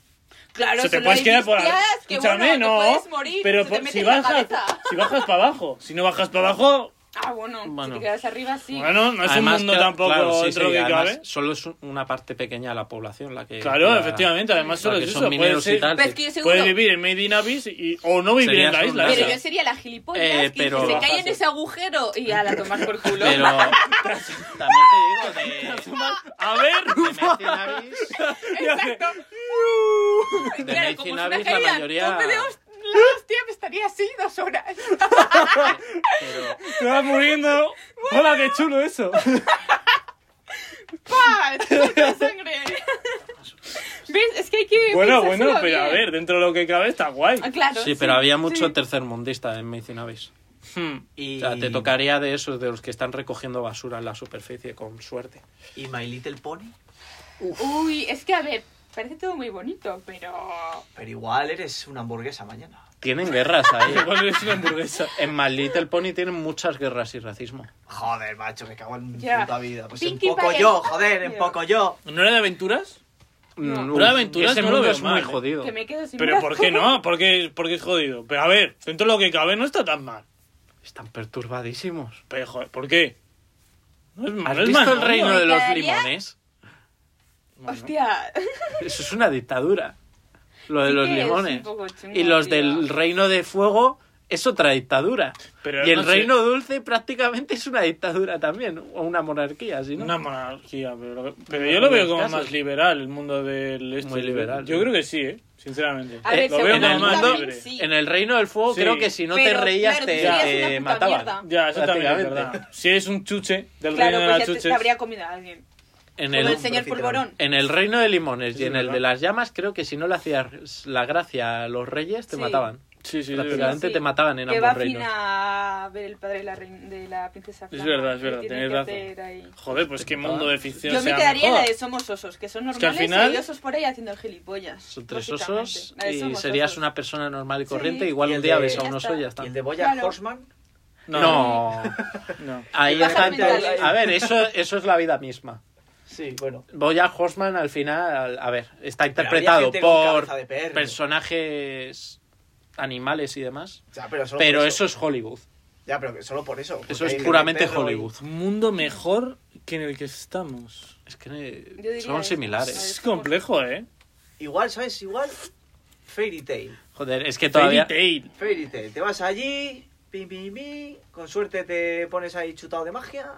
B: Claro,
C: se te
B: solo
C: puedes quedar por
B: dices,
C: ahí.
B: "Tías, que
C: Escúchame,
B: bueno,
C: no.
B: te puedes morir,
C: pero
B: se te
C: por-
B: mete
C: si
B: en la
C: bajas,
B: cabeza.
C: si bajas para abajo, si no bajas para abajo,
B: Ah, bueno,
D: Bueno.
B: si te quedas arriba, sí.
C: bueno, no es un mundo
D: que-
C: tampoco
D: claro, sí,
C: dentro
D: sí,
C: que
D: además,
C: cabe.
D: Solo es una parte pequeña de la población la que.
C: Claro,
D: la-
C: efectivamente, además
D: la
C: solo
D: que
C: es
D: son
C: eso. Puedes,
D: mineros y
C: ser-
D: tal.
B: Pero es Pues que yo seguro...
C: puedes vivir en Made in Abyss y, o no vivir en
D: Serías
C: la
D: un
C: isla.
D: NASA.
B: Pero
C: esa.
B: yo sería la gilipollas
D: Eh,
B: que dice,
D: pero-
B: se cae en ese agujero y a la tomar por culo.
D: Pero. también te digo, de.
C: A ver,
D: de mercenarios,
B: Exacto.
D: de
B: Claro, como es una
D: mercenarios, la
B: caída,
D: mayoría.
B: tope de host- la hostia, me estaría así dos horas.
D: pero-
C: te vas muriendo. Hola, qué chulo eso.
B: ¡Pah! Choco de sangre. ¿Ves? Es que hay que.
C: Bueno,
B: pensárselo
C: bueno, pero a
B: bien.
C: ver, dentro de lo que cabe está guay.
B: Ah, claro.
D: Sí, pero había mucho
B: sí.
D: tercermundista en Medicina Base.
C: Hmm.
A: Y,
D: O sea, te tocaría de esos, de los que están recogiendo basura en la superficie, con suerte.
A: ¿Y My Little Pony?
B: Uy, es que a ver, parece todo muy bonito, pero.
A: Pero igual eres una hamburguesa mañana.
D: Tienen guerras ahí.
C: Igual es una hamburguesa.
D: en My Little Pony tienen muchas guerras y racismo.
A: Joder, macho, me cago en mi
B: Ya.
A: puta vida. Pues en
B: Pinkie
A: poco
B: Pie,
A: yo,
B: en poco
A: joder, en
B: yo.
A: poco yo.
C: ¿No era de aventuras?
B: No.
D: Mm,
C: Pero
D: uf,
C: aventuras
D: ese
C: no lo
D: mundo
C: veo
D: es
C: mal,
D: muy
C: ¿eh?
D: jodido.
B: Que me quedo sin
C: ¿Pero
B: brazo.
C: por qué no? Porque, porque es jodido. Pero a ver, dentro de lo que cabe no está tan mal.
D: Están perturbadísimos.
C: Pero joder, ¿por qué? No es,
D: ¿Has
C: no es
D: visto
C: mal,
D: el reino de los
B: ¿Quedaría?
D: limones?
B: Hostia.
D: Eso es una dictadura. Lo de
B: Sí
D: los
B: que es un
D: limones.
B: poco chungo,
D: Y los
B: tío.
D: del reino de fuego es otra dictadura.
C: Pero
D: y el
C: no sé.
D: reino dulce prácticamente es una dictadura también, o una monarquía, si no.
C: Una monarquía, pero, lo que- pero yo lo veo como
D: Casos.
C: más liberal, el mundo del... este.
D: Muy liberal,
C: Yo
D: sí.
C: creo que sí, ¿eh? Sinceramente.
B: A ver,
C: lo veo
D: en
B: seguro
C: como
D: el
B: que
C: más
B: también
C: libre.
B: sí.
D: En el reino del fuego
C: Sí.
D: creo que si no
B: Pero,
D: te reías
B: claro, tú
D: te,
B: serías
D: te
B: una puta
D: mataban.
B: mierda.
C: Ya, eso también es
D: Prácticamente.
C: verdad. Si es un chuche del
B: Claro,
C: reino de
B: pues
C: las
B: ya te,
C: chuches...
B: te habría comido a alguien.
D: En
B: Como
D: el,
B: el señor Polvorón.
D: en el reino de limones
C: Sí,
D: y en el
C: ¿verdad?
D: de las llamas creo que si no le hacías la gracia a los reyes te
B: Sí.
D: mataban.
C: Sí, sí, es verdad.
D: Prácticamente te mataban en
B: que
D: ambos
B: va
D: reinos.
B: Fina a ver el padre de la, rein- de la princesa
C: Es
B: Flama,
C: verdad, es
B: que
C: verdad,
B: tiene
C: tenéis
B: que
C: razón.
B: hacer ahí.
C: Joder, pues qué mundo de ficción
B: Yo me
C: sea
B: quedaría en
C: mejor.
B: la de Somos Osos, que son normales
C: que al final-
B: y hay osos por ahí haciendo el gilipollas.
D: Son tres
B: básicamente.
D: osos
B: La de
D: y
B: Somos
D: serías
B: Osos.
D: una persona normal y
B: Sí.
D: corriente. Igual
A: Y
D: un
A: el
D: día
A: de-
D: ves a
B: Ya
D: un oso
B: está.
D: y ya
A: ¿Y
D: está.
A: el de Boya
B: Claro.
A: Horseman?
D: No.
C: No.
D: Ahí
B: Y bajas
D: está.
B: mentales.
D: A ver, eso, eso es la vida misma.
A: Sí, bueno.
D: Boya Horseman al final, a ver, está
A: Pero había
D: interpretado
A: gente con
D: por
A: cabeza de perro.
D: personajes animales y demás.
A: Ya, pero solo
D: Pero
A: por
D: eso es Hollywood.
A: Ya, pero que solo por eso. porque
D: Eso
A: hay
D: es
A: gente
D: puramente
A: perro y-
D: Hollywood.
C: Un mundo mejor que en el que estamos.
D: Es que
B: Yo diría
D: son
B: eso.
D: similares.
C: Es complejo, ¿eh?
A: Igual, ¿sabes? Igual. Fairy Tail.
D: Joder, es que
C: Fairy
D: todavía.
C: Tail.
A: Fairy Tail. Te vas allí. Pim, pim, pim. Con suerte te pones ahí chutado de magia.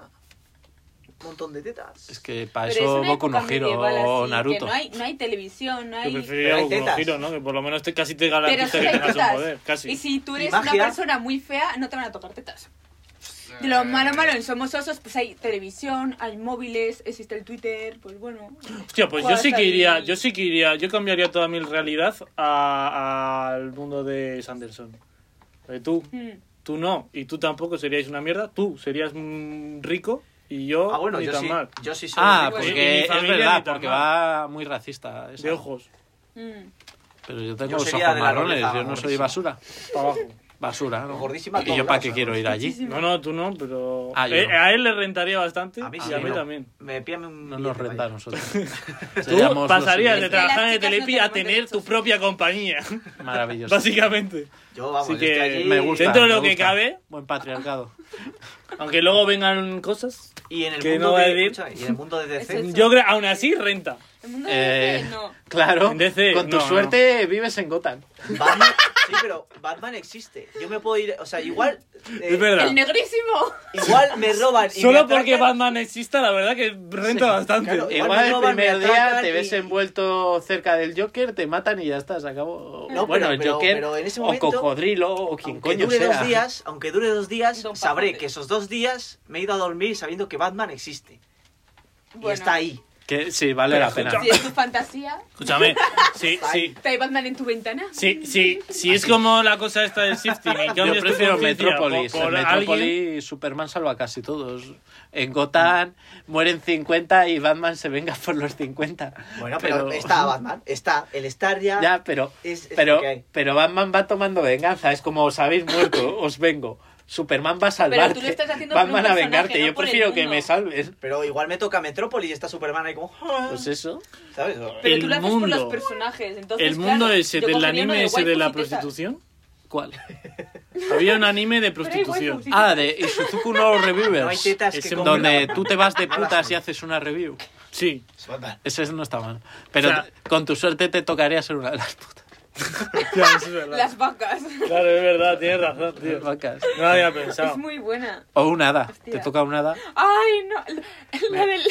A: Un montón de tetas.
D: Es que para
B: Pero es
D: eso
B: una
D: Boku no
B: época
D: Hiro
B: medieval así,
D: o
B: que
D: Naruto.
B: No hay, no hay televisión, no
C: Yo
B: hay...
C: preferiría
A: Pero hay
C: algo con
A: tetas.
C: giro, ¿no? Que por lo menos te, casi te
B: Pero
C: garantiza
B: sí
C: que
B: hay
C: tengas un
B: tetas.
C: poder.
B: Y
C: Casi.
B: si tú eres
A: ¿Y
B: una
A: magia?
B: persona muy fea, no te van a tocar tetas. De lo malo malo en Somos Osos, pues hay televisión, hay móviles, existe el Twitter, pues bueno.
C: Hostia, pues yo
B: Juegas
C: sí que
B: ahí.
C: iría, yo sí que iría, yo cambiaría toda mi realidad a- al mundo de Sanderson. Porque tú,
B: Mm.
C: tú no, y tú tampoco seríais una mierda, tú serías mm, rico y yo
A: Ah, bueno,
C: ni
A: yo
C: tan
A: sí,
C: mal.
A: yo sí soy.
D: Ah,
A: rico.
B: pues-
C: Y mi
D: porque es
C: familia ni
D: verdad,
C: tan
D: porque
C: mal.
D: va muy racista. esa.
C: De ojos,
B: Mm.
D: Pero yo tengo
A: Yo
D: los
A: sería
D: ojos
A: de la
D: marrones,
A: nobleza
D: yo no soy
A: gordísima.
D: basura.
C: para abajo.
D: Basura, ¿no?
A: Gordísima
D: ¿Y yo
A: con
D: para qué
A: grasa,
D: quiero
A: ¿no?
D: ir allí?
B: Muchísimo.
C: No, no, tú no, pero...
D: Ah, yo
C: Eh,
D: no.
C: A él le rentaría bastante
A: A mí
C: y
A: sí,
C: a
D: a
C: mí
D: mí no.
C: también.
A: Me píame un.
D: No nos
A: billete
D: renta a
A: para allá.
D: nosotros.
C: Tú
D: Seríamos los
C: pasarías de
D: siguientes.
C: trabajar en
B: Es que las chicas
C: Telepi
B: no
C: a
B: tenemos
C: tener tu
B: derechos.
C: propia compañía,
D: Maravilloso.
C: básicamente.
A: Yo, vamos,
C: Así
A: yo
C: que
A: estoy allí.
D: Me gusta.
C: Dentro de lo
D: me
C: que
D: gusta.
C: cabe.
D: Buen patriarcado.
C: Aunque luego vengan cosas.
A: Y en el
C: Que
A: mundo
C: no va a
A: de,
C: decir.
A: escucha, y en el mundo de DC.
B: Eso es-
C: Yo creo, aún así, renta.
B: El mundo de
D: Eh,
B: DC, no.
D: Claro.
C: En DC,
D: con tu
C: no, no.
D: suerte vives en Gotham.
A: Batman, sí, pero Batman existe. Yo me puedo ir, o sea, igual eh,
C: Es verdad.
B: El negrísimo.
A: igual me roban y
C: Solo
A: me
C: porque
A: atracan.
C: Batman exista, la verdad que renta bastante.
A: claro. Igual
D: Igual
A: me
D: el
A: roban, me
D: primer día
A: atracan
D: te ves
A: y-
D: envuelto cerca del Joker, te matan y ya está, se acabó.
A: No,
D: bueno,
A: pero-
D: el
A: pero-
D: Joker
A: pero en ese
D: o
A: momento,
D: cocodrilo o quien
A: Aunque
D: coño
A: dure
D: sea.
A: dos días, aunque dure dos días,
B: Don
A: sabré
B: Pajote.
A: que esos dos días me he ido a dormir sabiendo que Batman existe
B: Bueno,
A: y está ahí.
D: Que sí, vale la
C: Pero
D: pena.
B: Si es tu fantasía,
C: Escúchame, sí, sí.
B: ¿te hay Batman en tu ventana?
C: Sí, sí, sí, es como la cosa esta del shifting. y
D: Yo
C: cambias tu
D: prefiero
C: conciencia
D: Metrópolis.
C: por- por
D: en
C: alguien.
D: Metrópolis Superman salva a casi todos. En Gotham mueren 50 y Batman se venga por los 50.
A: Bueno, pero, está Batman, está el Star ya.
D: Ya, pero,
A: Es- es
D: pero,
A: lo que hay.
D: pero Batman va tomando venganza. Es como os habéis muerto, os vengo. Superman va
B: tú
D: a
B: lo
D: salvarte.
B: estás haciendo por un
D: Batman a
B: personaje,
D: vengarte.
B: no
D: Yo
B: por el
D: prefiero que
B: mundo.
D: me salves.
A: Pero igual me toca Metrópolis y está Superman ahí como. "Ah",
D: Pues eso.
A: ¿Sabes?
B: Pero tú
C: El
B: lo haces por
C: mundo.
B: los personajes. Entonces,
C: El mundo
B: claro,
C: ese
B: yo
C: del
B: cogería uno
C: anime ese
B: waifus
C: de
B: y
C: la
B: te sa-
C: prostitución.
D: ¿Cuál?
C: Había un anime de
B: Pero hay waifus,
C: prostitución.
B: sí.
D: Ah, de Isuzuku no
A: No hay
D: Revivers.
A: tetas
C: Ese
A: que
C: momento-
D: donde tú te vas de
A: No las
D: putas y
A: hay.
D: haces una review.
C: Sí.
A: Es Batman.
D: Ese no está mal. Pero
C: O sea-
D: t- con tu suerte te tocaría ser una de las putas.
C: Claro, es verdad.
B: Las vacas.
C: Claro, es verdad, tienes razón, tío.
D: Vacas.
C: No lo había
B: Es
C: pensado.
B: muy buena.
D: O un hada.
B: Hostia.
D: Te toca un hada.
B: Ay, no. La, la del.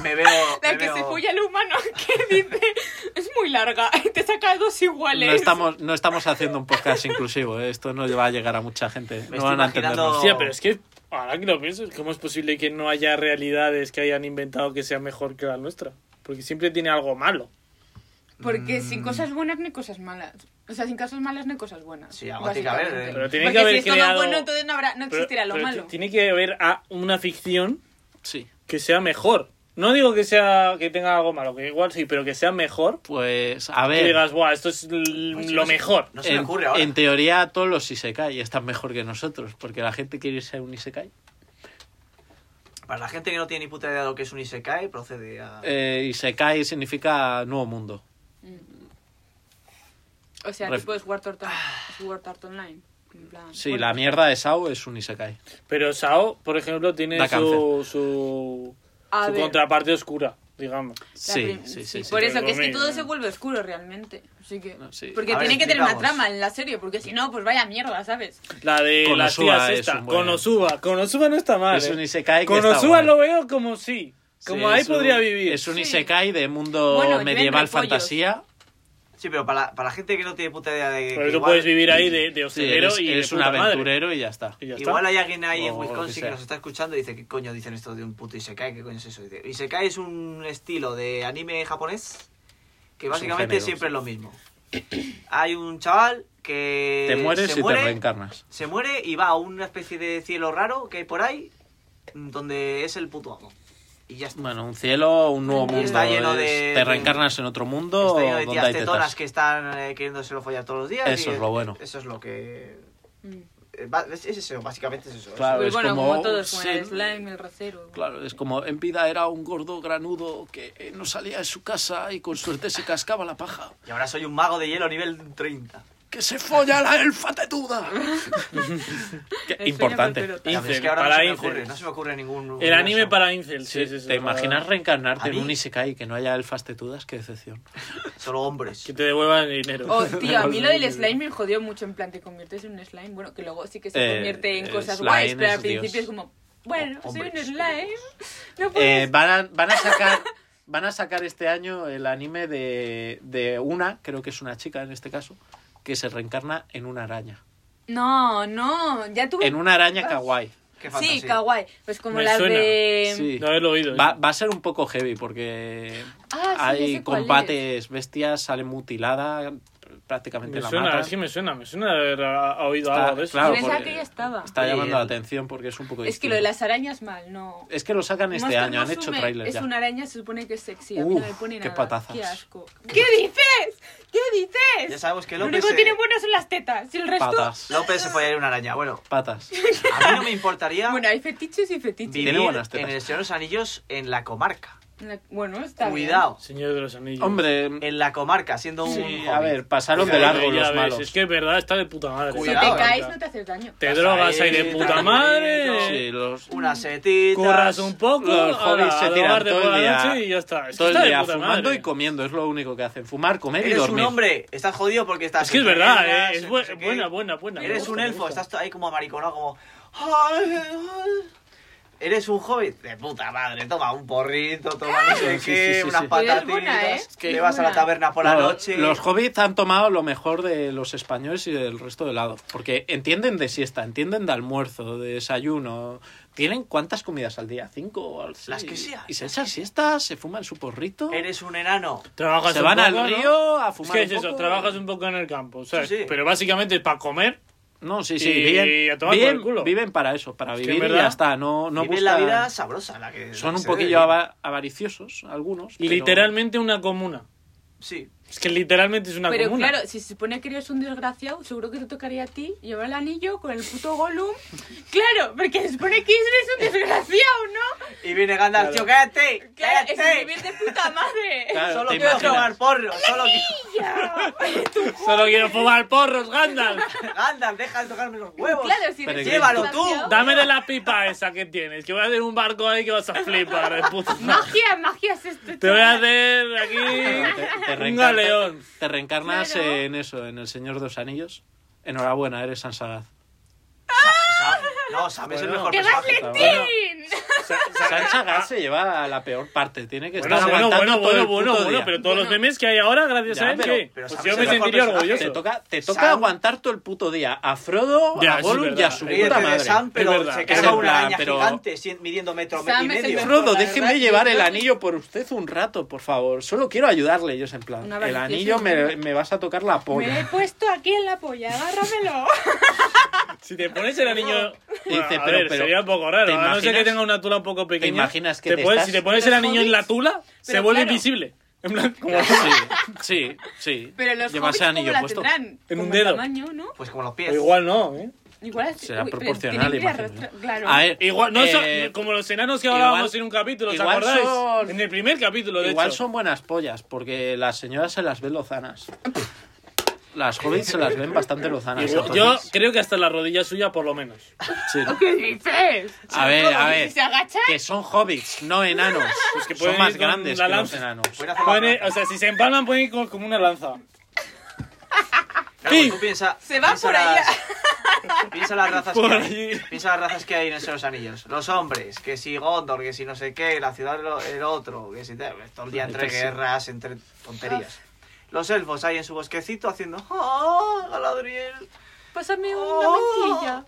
A: Me veo.
B: La
A: me
B: que
A: veo-
B: se folla el humano que dice es muy larga y te saca dos iguales.
D: No estamos, no estamos haciendo un podcast inclusivo. ¿eh? Esto no va a llegar a mucha gente.
A: Me
D: no
A: estoy
D: van a
A: imaginando-
D: entendernos.
C: Hostia, pero es que ahora que lo pienso, ¿cómo es posible que no haya realidades que hayan inventado que sea mejor que la nuestra? Porque siempre tiene algo malo.
B: Porque sin cosas buenas no hay cosas malas. O sea, sin cosas malas no hay cosas buenas.
A: Sí, Agotica, a ver,
B: básicamente.
A: eh.
C: Pero tiene
B: Porque
C: que haber
B: si es todo
C: creado-
B: bueno, entonces no, habrá, no
C: Pero-
B: existirá lo
C: pero
B: malo.
C: ti- Tiene que haber a una ficción
D: Sí.
C: que sea mejor. No digo que sea que tenga algo malo, que igual sí, pero que sea mejor.
D: Pues, a
C: Que
D: ver.
C: digas, "Buah, esto es l-
A: Pues
C: lo
A: no sé.
C: mejor."
A: No se me
D: En,
A: ocurre ahora.
D: en teoría, todos los Isekai están mejor que nosotros. Porque la gente quiere irse a un Isekai.
A: Para la gente que no tiene ni puta idea de lo que es un Isekai, procede a.
D: Eh, isekai significa nuevo mundo.
B: O sea,
D: Ref-
B: tipo es Sword Art, es Sword Art Online. En plan,
D: Sí,
B: bueno,
D: la mierda de Sao es un Isekai.
C: Pero Sao, por ejemplo, tiene
D: Da
C: su, su,
B: A
C: su
B: ver.
C: contraparte oscura, digamos.
B: la
D: Sí,
B: prim-
D: sí, sí. sí.
B: Por
A: e-
C: sí.
B: eso que es que
C: Pero
B: todo
C: me-
B: se vuelve oscuro realmente. Así que,
D: No, sí.
B: Porque
A: A ver,
B: tiene que tener una
A: explicamos.
B: trama en la serie, porque si no, pues vaya mierda, ¿sabes?
C: La de
D: Konosuba
C: las tías
D: es
C: esta.
D: un buen-
C: Konosuba. Konosuba no está mal.
D: Es
C: eh.
D: un Isekai que está
C: Konosuba
D: guay.
C: lo veo como sí.
D: Sí,
C: Como ahí
D: es un-
C: podría vivir.
D: Es un
B: Sí.
D: Isekai de mundo
B: Bueno, lleven
D: medieval
B: repollos.
D: fantasía.
A: Sí, pero para, para la gente que no tiene puta idea de.
C: Pero
A: que
C: tú
A: igual-
C: puedes vivir ahí de, de
D: Sí,
C: hostelero
D: eres,
C: y de
D: eres un
C: puta madre.
D: aventurero y ya está.
C: Y ya está.
A: Igual hay alguien ahí en
D: O lo que
A: Wisconsin que,
D: sea.
A: nos está escuchando y dice: ¿Qué coño dicen esto de un puto Isekai? ¿Qué coño es eso? Y Dice, Isekai es un estilo de anime japonés que
D: un
A: básicamente
D: género,
A: siempre
D: sí.
A: es lo mismo. Hay un chaval que.
D: te mueres
A: Eh, se
D: y
A: muere,
D: te reencarnas.
A: Se muere y va a una especie de cielo raro que hay por ahí mm, donde es el puto amo. Y ya está.
D: Bueno, un cielo, un nuevo
B: Está
D: mundo.
A: lleno de- de-
D: es- te reencarnas en otro mundo
A: Está lleno de
D: donde
A: tías
D: hay
A: tetonas
D: tetas.
A: que están eh, queriéndoselo follar todos los días.
D: Eso
A: y
D: es lo bueno.
A: Eso es lo que.
B: Mm.
A: eh, va- Es es eso, básicamente es eso.
D: Claro,
B: Pues
D: es
B: bueno,
D: como-
B: como, todos, como
D: sí.
B: el slime, el rasero.
D: Claro, es como en vida era un gordo granudo que eh, no salía de su casa y con suerte se cascaba la paja.
A: Y ahora soy un mago de hielo nivel 30.
D: ¡Que se folla la elfa tetuda! Qué
B: El sueño
D: importante.
B: cultural.
A: Claro, pero es
C: Incel,
A: que ahora no
C: para
A: se me
C: incel.
A: ocurre, no se me ocurre ningún.
C: El
A: universo.
C: anime para Incel.
D: Sí,
C: Sí, sí, sí,
D: ¿Te
C: sí.
D: imaginas reencarnarte
A: ¿A
D: en
A: mí?
D: un Isekai y que no haya elfas tetudas? ¡Qué decepción!
A: Solo hombres.
C: Que te devuelvan el dinero.
B: Oh, tío, a mí lo del slime me jodió mucho. En plan, te conviertes en un slime. Bueno, que luego sí que se
D: Eh,
B: convierte en
D: el
B: cosas
D: slime
B: guays, pero
D: es
B: al principio
D: Dios.
B: es como, bueno,
A: Oh,
B: soy
A: hombre,
B: un
A: sí.
B: slime. No
D: Eh,
B: puedes.
D: van, a, van a sacar van a sacar este año el anime de, de una, creo que es una chica en este caso, que se reencarna en una araña.
B: no, no, ya tuve.
D: En una
B: Ah,
D: araña kawaii.
A: Qué
B: Sí,
A: fantasía.
B: kawaii. Pues como
C: Me
B: las
C: suena.
B: de.
D: Sí.
C: No haberlo oído. ¿eh?
D: Va, va a ser un poco heavy porque
B: Ah, sí, ya
D: hay
B: sé cuál
D: combates, bestias, sale mutilada, pr- prácticamente
C: Me
D: la
C: suena,
D: matan.
C: es que me suena, me suena de haber ah, ah, oído
D: Está-
C: algo de eso.
D: claro,
B: Yo pensaba
D: porque
B: que ya estaba.
D: Está
A: Sí,
D: llamando la
A: el-
D: atención porque es un poco
B: Es que lo de las
D: distinto.
B: arañas mal, no.
D: Es que lo sacan este
B: Monster
D: año, han
B: Musume
D: hecho trailers
B: Es
D: ya.
B: una araña, se supone que es sexy. A mí no me
D: Uf,
B: pone
D: qué
B: nada.
D: patazas.
B: Qué asco. ¿Qué dices? ¿Qué dices?
A: Ya sabemos que
B: Lo
A: López.
B: único que
A: eh,
B: tiene bueno son las tetas. Y el resto.
D: Patas,
A: López se follaría una araña. Bueno,
D: patas.
A: a mí no me importaría
B: Bueno, hay fetiches y fetiches.
A: vivir
D: Tiene buenas
A: en
D: tetas.
A: el Señor de los Anillos en la comarca.
B: La- Bueno, está bien.
A: Cuidado.
C: Señor de los Anillos.
D: Hombre,
A: En la comarca, siendo un.
D: sí, a
A: hobbit.
D: ver, pasaron de
C: Joder,
D: largo
C: Eh, ya
D: los
C: ves,
D: malos.
C: Es que es verdad, está de puta madre.
B: Si
A: Cuidado,
B: te caes, no te haces daño.
C: Te
A: Vas
C: drogas
A: ahí,
C: ahí de
A: te
C: puta
A: drogas,
C: madre.
A: sí.
D: Sí, los,
A: Unas setitas.
C: Curras un poco,
D: Los
C: ahora
D: hobbies se
C: a
D: tiran
C: drogarte
D: todo
C: por
D: el
C: la
D: día-
C: noche y ya está. Es que
D: todo el
C: está de
D: día
C: puta
D: fumando
C: madre.
D: y comiendo, es lo único que hacen. Fumar, comer y
A: Eres un
D: dormir.
A: hombre, estás jodido porque estás.
C: Es que es
A: en
C: verdad,
A: reglas,
C: eh, es
A: en
C: bu-
A: no sé qué.
C: buena, buena, buena. me
A: Eres
C: gusta,
A: un
C: me
A: elfo,
C: gusta.
A: estás ahí como amariconado, como. "Ay, ay". Eres un hobbit de puta madre, toma un porrito, toma no sé
D: Sí, sí,
A: qué,
D: sí, sí,
A: unas
D: sí.
B: Pero
A: patatitas,
B: es buena, ¿eh?
A: que
B: Es
A: te vas a la
B: buena.
A: taberna por la
D: No,
A: noche.
D: Los hobbits han tomado lo mejor de los españoles y del resto del lado. Porque entienden de siesta, entienden de almuerzo, de desayuno, ¿Tienen cuántas comidas al día? ¿Cinco o al-
A: Las
D: sí.
A: que sea,
D: Y se echan siestas, se fuman su porrito,
A: Eres un enano.
C: Trabajas
D: se
C: un
D: van al
C: poco, ¿no?
D: río a
C: Es
D: fumar
C: que
D: un
C: es eso,
D: poco.
C: trabajas un poco en el campo, ¿sabes?
A: Sí, sí.
C: Pero básicamente es para comer.
D: No, sí, sí,
C: y-
D: viven,
C: y a tomar por
D: viven,
C: el culo.
D: viven para eso, para
C: Es que en
D: vivir y
C: verdad,
D: ya está. No, no
A: Viven la
D: buscan-
A: vida sabrosa. La que
D: Son un
A: se debe.
D: poquillo ava- avariciosos algunos. pero-
C: Literalmente una comuna.
A: Sí.
C: Es que literalmente es una
B: Pero
C: comuna.
B: claro, si se supone que eres un desgraciado, seguro que te tocaría a ti llevar el anillo con el puto Gollum. Claro, porque se supone que eres un desgraciado, ¿no?
A: Y viene Gandalf, tío, cállate.
B: Claro,
A: cállate.
B: es vivir de puta madre.
D: Claro,
A: Solo
D: te
A: quiero
D: imaginas.
A: jugar porro. Solo quiero...
B: Ya. eh.
C: Solo quiero fumar porros, Gandalf.
A: Gandalf, deja de tocarme los huevos.
B: Claro, si
D: Pero
B: eres
A: llévalo
B: un
A: tú.
B: desgraciado-
C: Dame de la pipa esa que tienes, que voy a hacer un barco ahí que vas a flipar, de puta madre.
B: Magia, magia es esto.
C: Te voy a
B: chaval.
C: hacer
D: Te,
C: aquí
D: te
C: un
D: reencarna-
C: galeón.
D: te reencarnas
B: Claro.
D: en eso, en El Señor de los Anillos. Enhorabuena, eres Sansagaz.
A: Sa- No, Sam es el
C: Bueno.
A: mejor
C: ¡Que
B: ¡Que vas
A: personaje.
D: Bueno.
B: lentín!
D: Sansagaz se lleva a la peor parte, tiene que
C: Ah, Bueno,
D: estar
C: bueno, bueno,
D: aguantando todo
C: bueno,
D: el
C: bueno,
D: puto
C: bueno,
D: día.
C: pero todos los
B: Bueno.
C: memes que hay ahora, gracias
D: Ya,
C: a él,
A: pero-
C: ¿qué?
A: pero
C: Pues
A: Sam
C: yo
A: es
C: me
A: el mejor
C: sentiría
A: personaje.
C: orgulloso.
D: Te toca, te toca
A: Sam-
D: aguantar todo el puto día. A Frodo,
C: Ya,
D: a
C: es
D: Gollum y a
C: verdad.
D: su
A: Ríete
D: puta
A: de
D: madre.
A: Sam,
C: Es
A: pero
C: verdad.
A: se
C: Es
A: carga
D: en
A: una
D: plan,
A: araña
D: pero-
A: gigante cien- midiendo metro
B: Sam
A: y
B: es el
A: medio.
B: mejor.
D: Frodo,
B: La verdad
D: déjeme
B: que
D: llevar
B: yo
D: el
B: creo
D: anillo por usted un rato, por favor. Solo quiero ayudarle. Yo es en plan,
B: Una
D: el
B: avaricia
D: anillo
B: sin duda.
D: me, me vas a tocar la
B: Me he
D: polla.
B: puesto aquí en la polla, agárramelo.
C: Si te pones el anillo.
D: Dice,
C: Bueno, a
D: pero-
C: ver,
D: pero,
C: sería un poco raro.
D: ¿te
C: a no ser que
D: imaginas-
C: tenga una tula un poco pequeña.
D: imaginas que te
C: pones-
D: estás-
C: Si te pones el
B: Pero
C: anillo en la
B: hobbits-
C: tula, se
B: pero
C: vuelve
B: claro.
C: invisible. En plan, como.
D: Sí, sí, sí.
B: Pero los
D: Llevas
B: hobbits
D: el anillo
B: ¿cómo la
D: puesto.
B: tendrán?
C: En un
B: Como
C: dedo.
B: tamaño, ¿no?
A: Pues como los
C: o
A: pies.
C: igual no, ¿eh?
B: Igual es-
D: Será
B: uy, pero
D: proporcional,
B: tienen que
D: imagino.
B: arrastrar- Claro.
D: A ver,
C: Igual, no son-
D: eh,
C: como los enanos que
D: igual-
C: hablábamos en un capítulo, ¿os
D: igual
C: acordáis?
D: son-
C: En el primer capítulo, de
D: Igual
C: hecho.
D: son buenas pollas, porque las señoras se las ven lozanas. Las hobbits se las ven bastante lozanas.
C: Igual- yo
D: entonces-
C: creo que hasta la rodilla suya, por lo menos.
D: sí.
B: ¿Qué dices?
D: A ver, a
B: Si
D: ver.
B: se agachan,
D: Que son hobbits, no enanos.
C: Pues que pueden
D: son más
C: ir con
D: grandes
C: la
D: que los
C: lanza.
D: enanos.
A: Voy a hacer la
D: eh,
C: Pueden-
A: rata.
C: o sea, si se empalman, pueden ir como, como una lanza.
A: Claro, pues
C: Sí.
A: tú piensa,
B: Se va
A: piensa
B: por allá.
A: las- Piensa las razas
C: Por
A: que
C: allí.
A: hay. Piensa las razas que hay en el Señor de los Anillos. Los hombres, que si Gondor, que si no sé qué, la ciudad lo- el otro, que si tal, pues, todo el día entre
D: Entonces, sí.
A: guerras, entre tonterías. Los elfos ahí en su bosquecito haciendo ¡Oh, Galadriel!
B: pásame una
A: ¡Oh!
B: mantilla.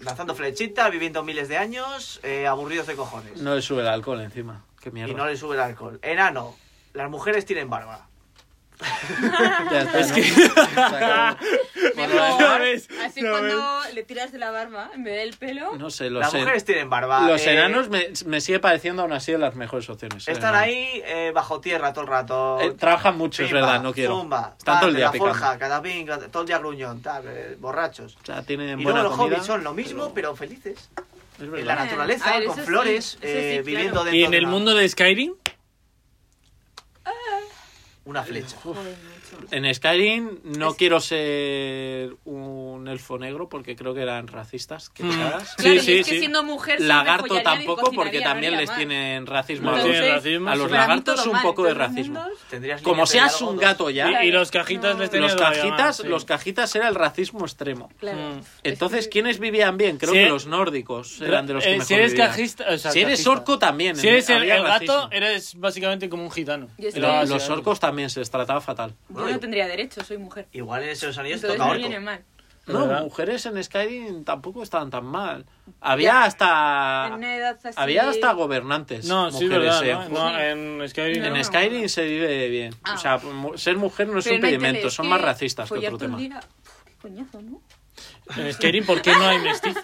A: Lanzando flechitas, viviendo miles de años, eh, aburridos de cojones.
D: No le sube el alcohol encima. Qué mierda.
A: y no le sube el alcohol. Enano, las mujeres tienen barba.
D: Ya está, ¿no? Se acabó.
B: Mejor.
C: Ya ves,
B: Así
C: ya
B: cuando le tiras de la barba en vez del pelo.
D: No sé, los,
A: Las
D: en-
A: mujeres tienen barba.
D: los
A: eh,
D: enanos me, me sigue pareciendo aún así de las mejores opciones. eh,
A: Están
D: no.
A: ahí eh, bajo tierra todo el rato.
D: Eh, trabajan mucho, es
A: Pimba,
D: verdad, no quiero.
A: Zumba,
D: Están todo el
A: tal,
D: día
A: la
D: picando.
A: forja, catapín, cata- todo el día gruñón, tal, eh, borrachos.
D: O sea, tienen
A: y
D: buena
A: luego los
D: comida.
A: hobbits son lo mismo, pero, felices.
D: Es verdad.
A: En la naturaleza,
B: A ver,
A: con
B: eso sí,
A: flores,
B: eso sí,
A: eh,
B: claro.
A: viviendo dentro
C: Y en
A: de
C: el
A: una-
C: mundo de Skyrim,
A: Una flecha.
B: Joder, macho.
D: En Skyrim no quiero ser un elfo negro porque creo que eran racistas. Que
C: Mm.
D: cagas.
C: Sí,
B: Claro, y
C: sí,
B: es que
C: sí.
B: siendo mujer, siempre
D: Lagarto
B: follarían y
D: tampoco porque
B: cocinarían, no
D: también
B: haría
D: les
B: mal.
D: tienen racismo a
C: No
D: los,
C: tienen
B: Entonces,
C: racismo,
D: a
C: sí.
D: los
B: para mí
D: lagartos
B: todo
D: un
B: mal,
D: poco de
B: en todos los
D: racismo.
B: mundos.
A: Tendrías
D: Como
A: líneas de
D: seas
A: diálogo
D: un
A: dos.
D: gato ya,
C: y, y los cajitas
B: No.
C: les tenían
D: los
C: que llamar,
D: cajitas,
C: sí.
D: los cajitas era el racismo extremo.
B: Claro.
C: Mm.
B: Es que-
D: Entonces, ¿quiénes vivían bien? Creo
C: Si
D: que
C: eres-
D: los nórdicos eran de los que
C: Eh,
D: mejor
C: Si eres
D: vivían.
C: cajista, o sea,
D: Si eres
C: cajista.
D: orco también.
C: Si eres el,
D: había
C: el gato,
D: racismo.
C: eres básicamente como un gitano.
B: Yo estoy-
C: Lo
D: Pero
C: vas
D: los
C: a-
D: orcos también se les trataba fatal.
B: Yo no tendría derecho, soy mujer.
A: Igual en esos anillos
B: Entonces
A: toca
B: no
A: orco.
B: viene mal.
D: No,
C: ¿Verdad?
D: mujeres en Skyrim tampoco estaban tan mal. Había hasta
B: En una edad así...
D: Ah. había hasta gobernantes.
C: No, sí,
D: mujeres,
C: verdad.
D: eh.
C: ¿no? No, en Skyrim.
B: No.
D: En Skyrim se vive bien.
B: Ah.
D: O sea, mu- ser mujer no es
B: Pero
D: un
B: no hay
D: pedimento,
B: tele, es
D: son
B: que
D: más racistas que
B: follar
D: otro
B: todo el día,
D: tema.
B: pf, Coñazo, ¿no?
C: En Skyrim, ¿por qué no hay mestizos?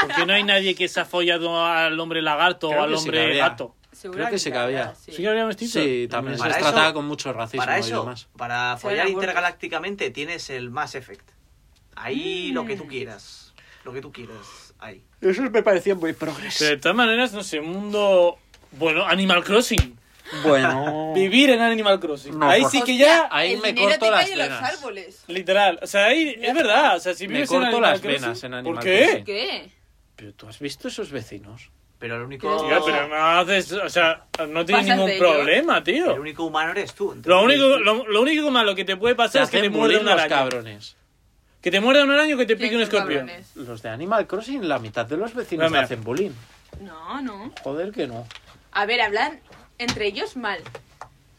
C: ¿Por qué no hay nadie que se ha follado al hombre lagarto
D: Creo
C: o al
D: que sí que
C: hombre
D: había.
C: gato?
B: Seguro
D: que sí que
B: habrá,
D: había.
C: Sí que habría mestizos.
D: Sí, también se
A: Para
D: les
A: eso-
D: trataba con mucho racismo
A: Para
D: y
A: eso,
D: demás.
A: para
B: Se
A: follar
B: harán gordos.
A: intergalácticamente, tienes el Mass Effect. Ahí lo que tú
B: Mm.
A: quieras. Lo que tú quieras. Ahí.
D: Eso me parecía muy progreso.
C: Pero de todas maneras, no sé, mundo. Bueno, Animal Crossing.
D: Bueno,
C: Vivir en Animal Crossing.
D: No,
C: ahí
D: por-
C: sí que
B: Hostia,
C: ya.
D: ahí
B: el
D: me
B: dinero
D: corto
B: te
D: las
B: cae de los
D: venas.
B: árboles.
C: Literal. O sea, ahí es verdad. O sea, si
D: Me
C: vives en
D: corto
C: Animal
D: las
C: Crossing-
D: venas en Animal
C: ¿Por qué?
D: Crossing.
B: ¿Qué?
D: pero tú has visto esos vecinos.
A: Pero el único.
B: Tienes
C: Ya, pero no haces. O sea, no
B: Pasas
C: tienes
B: de
C: ningún
B: ello.
C: problema, tío.
A: El único humano eres tú. entonces-
C: Lo único, lo, lo único malo que te puede
D: Se
C: pasar es que te
D: hacen
C: muerde
D: bullying
C: una
D: los
C: araña.
D: cabrones.
C: Que te muerda un araño o que te pique un
B: Tienes
C: escorpión.
B: cabrones.
D: Los de Animal Crossing, la mitad de los vecinos
C: Mira, mira.
D: hacen bullying.
B: No, no.
D: Joder que no.
B: A ver, hablan entre ellos mal.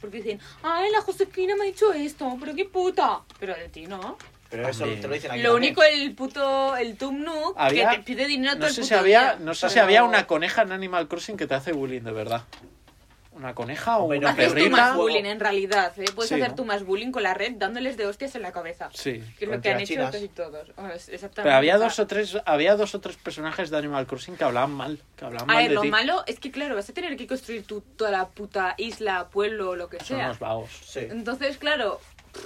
B: Porque dicen, ay, la Josefina me ha dicho esto, pero qué puta. Pero de ti no.
A: Pero eso
D: También.
A: te lo dicen aquí.
B: Lo
A: también.
B: único, el puto, el Tumnuk,
D: Había-
B: que te pide dinero todo
D: No
B: el
D: sé,
B: puto
D: si había,
B: día.
D: no sé si
B: Pero-
D: había una coneja en Animal Crossing que te hace bullying, de verdad. ¿Una coneja o
A: Hombre,
D: una
A: no, pero
B: Haces tú más
D: perrita?
A: juego.
B: bullying, en realidad, ¿eh? Puedes
D: Sí,
B: hacer
D: ¿no?
B: tú más bullying con la red dándoles de hostias en la cabeza.
D: Sí.
B: Que es lo
A: Con
B: que han
A: las
B: hecho
A: chinas.
B: casi todos. Ah, es- Exactamente.
D: Pero había
B: O sea,
D: dos o tres, había dos o tres personajes de Animal Crossing que hablaban mal, que hablaban
B: A
D: mal
B: ver,
D: de
B: lo
D: ti.
B: malo es que, claro, vas a tener que construir tú toda la puta isla, pueblo, lo que
D: Son
B: sea.
D: unos vagos.
A: Sí.
B: Entonces, claro, pff,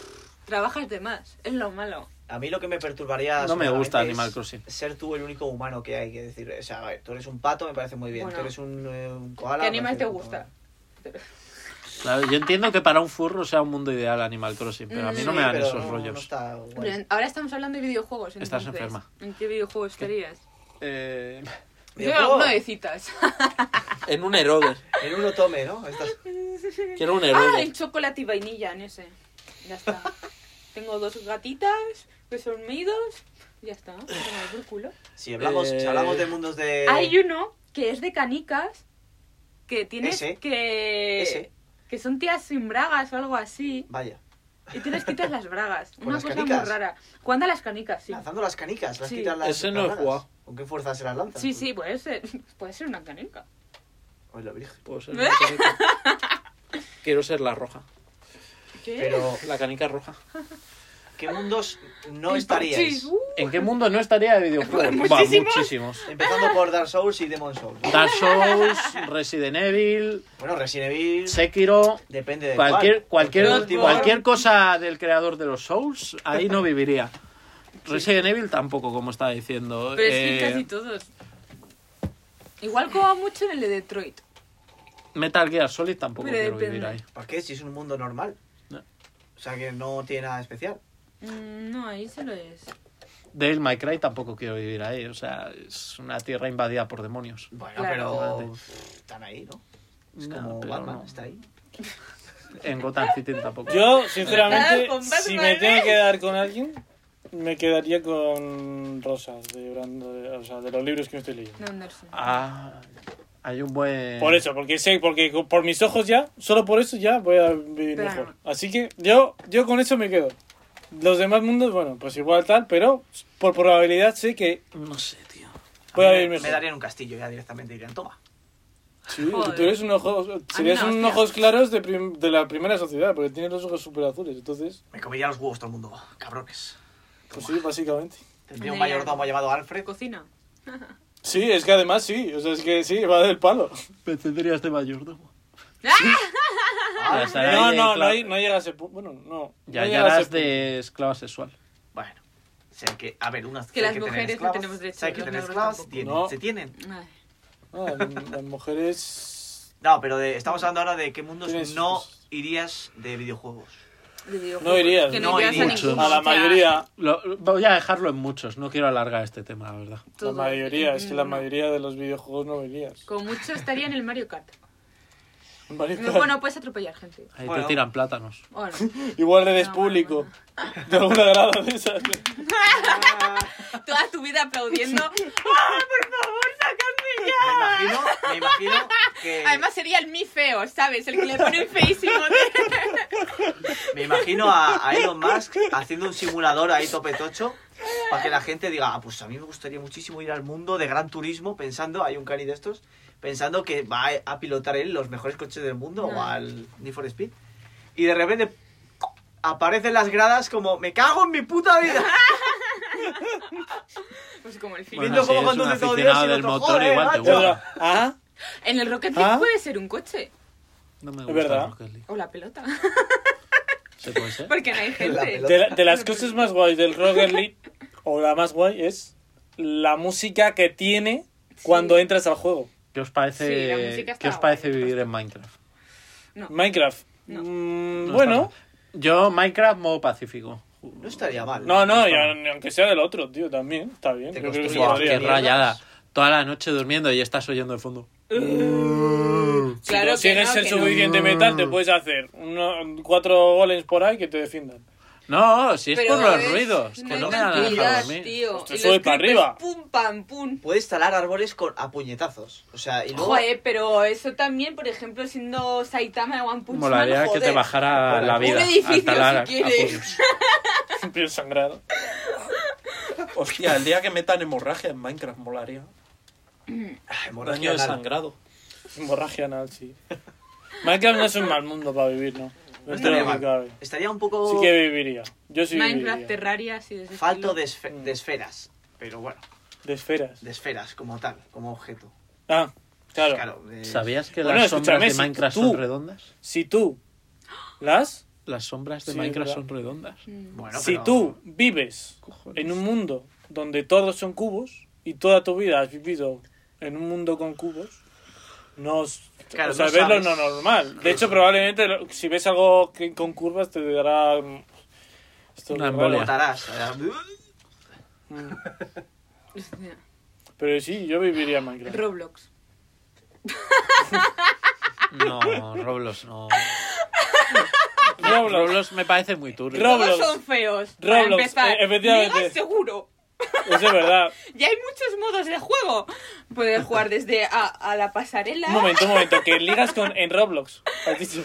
B: trabajas de más. Es lo malo.
A: A mí lo que me perturbaría.
D: No me gusta
A: someramente
D: Animal
A: es
D: Crossing.
A: Ser tú el único humano que hay que decir. O sea, a ver, tú eres un pato, me parece muy bien.
B: Bueno.
A: tú eres un, eh, un koala.
B: ¿Qué
A: me
B: animal
A: parece
B: te
A: bien.
B: gusta?
D: Claro, yo entiendo que para un furro sea un mundo ideal Animal Crossing, pero a mí
B: Mm,
D: no
A: Sí,
D: me dan
A: pero
D: esos
A: no- no
D: rollos.
A: está guay.
B: Pero en- Ahora estamos hablando de videojuegos.
D: Estás
B: entonces,
D: enferma.
B: ¿En qué videojuego estarías?
D: Eh,
B: Yo
A: Videojuego,
B: alguno de citas.
E: En un erover.
A: En uno tome, ¿no? Estas-
E: Quiero un
B: ah,
E: erover.
B: el chocolate y vainilla en ese. Ya está. Tengo dos gatitas que son midos. Ya está. a tomar por culo.
A: Si hablamos, si
D: Eh,
A: hablamos de mundos de.
B: Hay uno que es de canicas que tienes
A: Ese.
B: que.
A: Ese.
B: Que son tías sin bragas o algo así.
A: Vaya.
B: Y tú les quitas las bragas.
A: ¿Con
B: Una
A: las
B: cosa muy
A: canicas?
B: rara. Jugando a las canicas, sí.
A: Lanzando las canicas, las
B: Sí.
A: quitas las.
D: Ese no
A: las
D: he
A: bragas.
D: jugado.
A: ¿Con qué fuerza se las lanzas?
B: Sí, sí, puede ser, puede ser una canica.
A: Ay, la virgen.
D: puedo ser una canica. Quiero ser la roja,
B: ¿Qué?
A: Pero,
D: la canica roja.
A: ¿qué mundos no
B: Y
A: estaríais?
B: parchís, uh,
D: ¿En qué mundo no estaría de videojuegos? Va,
B: Muchísimos.
D: muchísimos.
A: Empezando por Dark Souls y Demon Souls.
D: Dark Souls, Resident Evil,
A: Bueno, Resident Evil.
D: Sekiro,
A: Depende de
D: cualquier,
A: cuál.
D: cualquier,
A: Porque el
B: último-
D: cualquier cosa del creador de los Souls, ahí no viviría. Resident Evil tampoco, como estaba diciendo.
B: Pero es que
D: Eh,
B: pues casi todos. Igual como mucho en el de Detroit.
D: Metal Gear Solid tampoco
B: Pero
D: quiero
B: depende.
D: vivir ahí.
A: ¿Para qué? Si es un mundo normal.
D: No.
A: O sea que no tiene nada especial.
B: Mm, No, ahí se lo es.
D: Devil May Cry tampoco quiero vivir ahí. O sea, es una tierra invadida por demonios.
A: Bueno,
B: Claro.
A: pero pff, están ahí, ¿no? Es
D: No,
A: como
D: pero
A: Batman,
D: no.
A: está ahí.
D: En Gotham City tampoco.
C: Yo, sinceramente,
B: Ah, con
C: si me
B: Batman,
C: tengo
B: ¿eh?
C: que quedar con alguien, me quedaría con Rosas, de, Brando- de- o sea, de los libros que me estoy leyendo.
B: No, Anderson.
D: Ah, hay un buen...
C: Por eso, porque sé, porque co- por mis ojos ya, solo por eso ya voy a vivir
B: Pero-
C: mejor. Así que yo, yo con eso me quedo. Los demás mundos, bueno, pues igual tal, pero por probabilidad sé que
D: No sé, tío.
C: voy a
A: mí
C: vivir
A: me, me
C: mejor.
A: darían un castillo ya directamente dirían, toma.
C: Sí,
B: Joder.
C: tú eres un ojo, serías
B: no,
C: un
B: hostia.
C: ojos claros de, prim- de la primera sociedad, porque tienes los ojos súper azules, entonces,
A: Me comería los huevos todo el mundo, cabrones.
C: pues sí, básicamente.
A: Tendría un
B: Hombre,
A: mayordomo llamado Alfred.
B: Cocina.
C: Sí, es que además sí, o sea, es que sí, va del palo.
D: Me tendrías de mayordomo.
A: Ah,
D: Ya está.
C: No,
D: Ahí,
C: no,
D: claro.
C: no, hay- no llega a ese punto. Bueno, no.
D: Ya,
C: no
D: ya
C: llega a ese
D: eras
C: punto.
D: de esclava sexual.
A: Bueno, o sea que, a ver, unas
B: Que
A: hay
B: las
A: tener
B: mujeres no
A: esclavos,
B: tenemos derecho,
A: hay que
B: los
A: tener
B: negros
A: esclavos,
B: tampoco.
A: tienen-
C: No.
A: se tienen.
B: Ay.
C: Ah, las- las mujeres.
A: No, pero de- estamos hablando ahora de qué mundos
C: Tienes-
A: no irías de videojuegos.
B: de videojuegos.
C: No irías,
B: Que
A: no
B: no, irías
A: irías.
B: a ninguno.
C: A la
B: o sea,
C: mayoría.
D: Lo- voy a dejarlo en muchos. No quiero alargar este tema, la verdad.
C: La
B: todos.
C: mayoría, es que la
B: Mm,
C: mayoría de los videojuegos no verías.
B: Con mucho estaría en el Mario Kart.
C: Mario Kart.
B: Bueno, puedes atropellar gente.
D: Ahí
A: Bueno.
D: te tiran plátanos.
B: O no.
C: Igual eres
B: No,
C: público. De alguna grada de esas.
B: Toda tu vida aplaudiendo. ¡Ah, por favor, sacadme ya!
A: Me imagino, me imagino que...
B: Además sería el mi feo, ¿sabes? El que le pone el feísimo. de-
A: Me imagino a, a Elon Musk haciendo un simulador ahí tope tocho para que la gente diga, ah, pues a mí me gustaría muchísimo ir al mundo de gran turismo pensando, hay un cani de estos, pensando que va a pilotar él los mejores coches del mundo o
B: No.
A: al Need for Speed. Y de repente aparecen las gradas como, me cago en mi puta vida.
B: Pues como el film.
A: Bueno. Viendo cómo
D: eres un
A: conduce todo Dios y
D: aficionado
A: el
D: del
A: otro,
D: motor,
A: joder,
D: igual te
A: macho.
C: Yo digo,
D: gusta.
C: ah,
B: En el Rocket League
C: Ah.
B: puede ser un coche.
D: No me
C: Es
D: gusta
C: verdad.
D: el Rocket League.
B: O la pelota.
D: ¿Se puede ser?
B: Porque no hay
A: La
B: gente.
A: pelota.
C: de, la- de las cosas más guays del Rocket League, o la más guay, es la música que tiene cuando
B: Sí.
C: entras al juego.
D: ¿Qué os
B: Sí, la música
D: parece,
B: está
D: ¿qué os parece
B: guay,
D: vivir en Minecraft?
C: Minecraft.
B: No.
C: Mm,
D: No
C: bueno.
D: está mal. Yo, Minecraft, modo pacífico.
A: No estaría mal.
C: No, no, y aun- aunque sea del otro, tío, también. Está bien.
A: Te
C: Yo creo que se
A: construyes.
D: Buah,
A: sí,
D: qué
A: sí.
C: podría.
D: rayada. Toda la noche durmiendo y estás oyendo de fondo.
C: Si
D: Uh.
B: Uh. Claro que
C: consigues
B: no,
C: el
B: que no.
C: suficiente metal, te puedes hacer uno- cuatro golems por ahí que te defiendan.
D: No, si es
B: Pero
D: por los
B: es-
D: ruidos, que no me dan a
B: cantidad,
D: dejar dormir.
B: tío.
C: Esto
B: Y los
C: sube para
B: creepers,
C: arriba.
B: Pum, pam, pum.
A: Puede instalar árboles con, a puñetazos. O sea, y luego...
B: Joder, pero eso también, por ejemplo, siendo Saitama de One Punch Man,
D: Molaría que
B: joder.
D: te bajara
A: Joder.
D: la
A: Un
D: vida.
B: edificio,
D: hasta la-
B: si quieres.
D: a puños.
C: Empieza a sangrar.
E: Hostia, el día que metan hemorragia en Minecraft molaría.
A: Ah,
E: Daño
A: Hemorragia
E: de
A: anal.
E: sangrado.
C: Hemorragia anal, sí. Minecraft no es un mal mundo para vivir, ¿no? No está
A: estaría
C: lo que
A: mal.
C: cabe.
A: Estaría un poco
C: Sí que viviría. Yo sí
B: Oh. Minecraft,
C: viviría.
B: Terraria, sí. de ese
A: falto
B: estilo.
A: de, esfe-
C: Mm.
A: de esferas. Pero bueno,
C: De esferas.
A: de esferas como tal, como objeto.
C: Ah, claro.
A: Claro. eh,
D: ¿Sabías que
C: Bueno,
D: las sombras
C: escúchame,
D: de
C: si
D: Minecraft
C: tú-
D: son redondas?
C: Si tú las...
D: Las sombras de
C: Sí,
D: Minecraft
C: verdad.
D: son redondas.
A: Bueno,
C: si
A: pero-
C: tú vives en un mundo donde todos son cubos y toda tu vida has vivido en un mundo con cubos, no... es-
A: Claro,
C: o sea,
A: no
C: ves lo
A: sabes.
C: no normal. De hecho, probablemente lo- si ves algo que- con curvas te dará... mm, Esto es
D: Una
C: muy raro.
D: embolia.
A: Botarás. ¿verdad?
C: Mm.
B: Hostia.
C: Pero sí, yo viviría en Minecraft.
B: Mm. Roblox.
D: No, Roblox no.
C: Roblox.
D: Roblox me parece muy turbio.
C: Rob- Roblox.
B: Todos son feos. para
C: Roblox,
B: empezar.
C: eh, efectivamente.
B: Megas seguro.
C: Eso es verdad.
B: Ya hay muchos modos de juego. Puedes jugar desde a, a la pasarela.
C: Un momento, un momento. Que ligas con, en Roblox. Has dicho.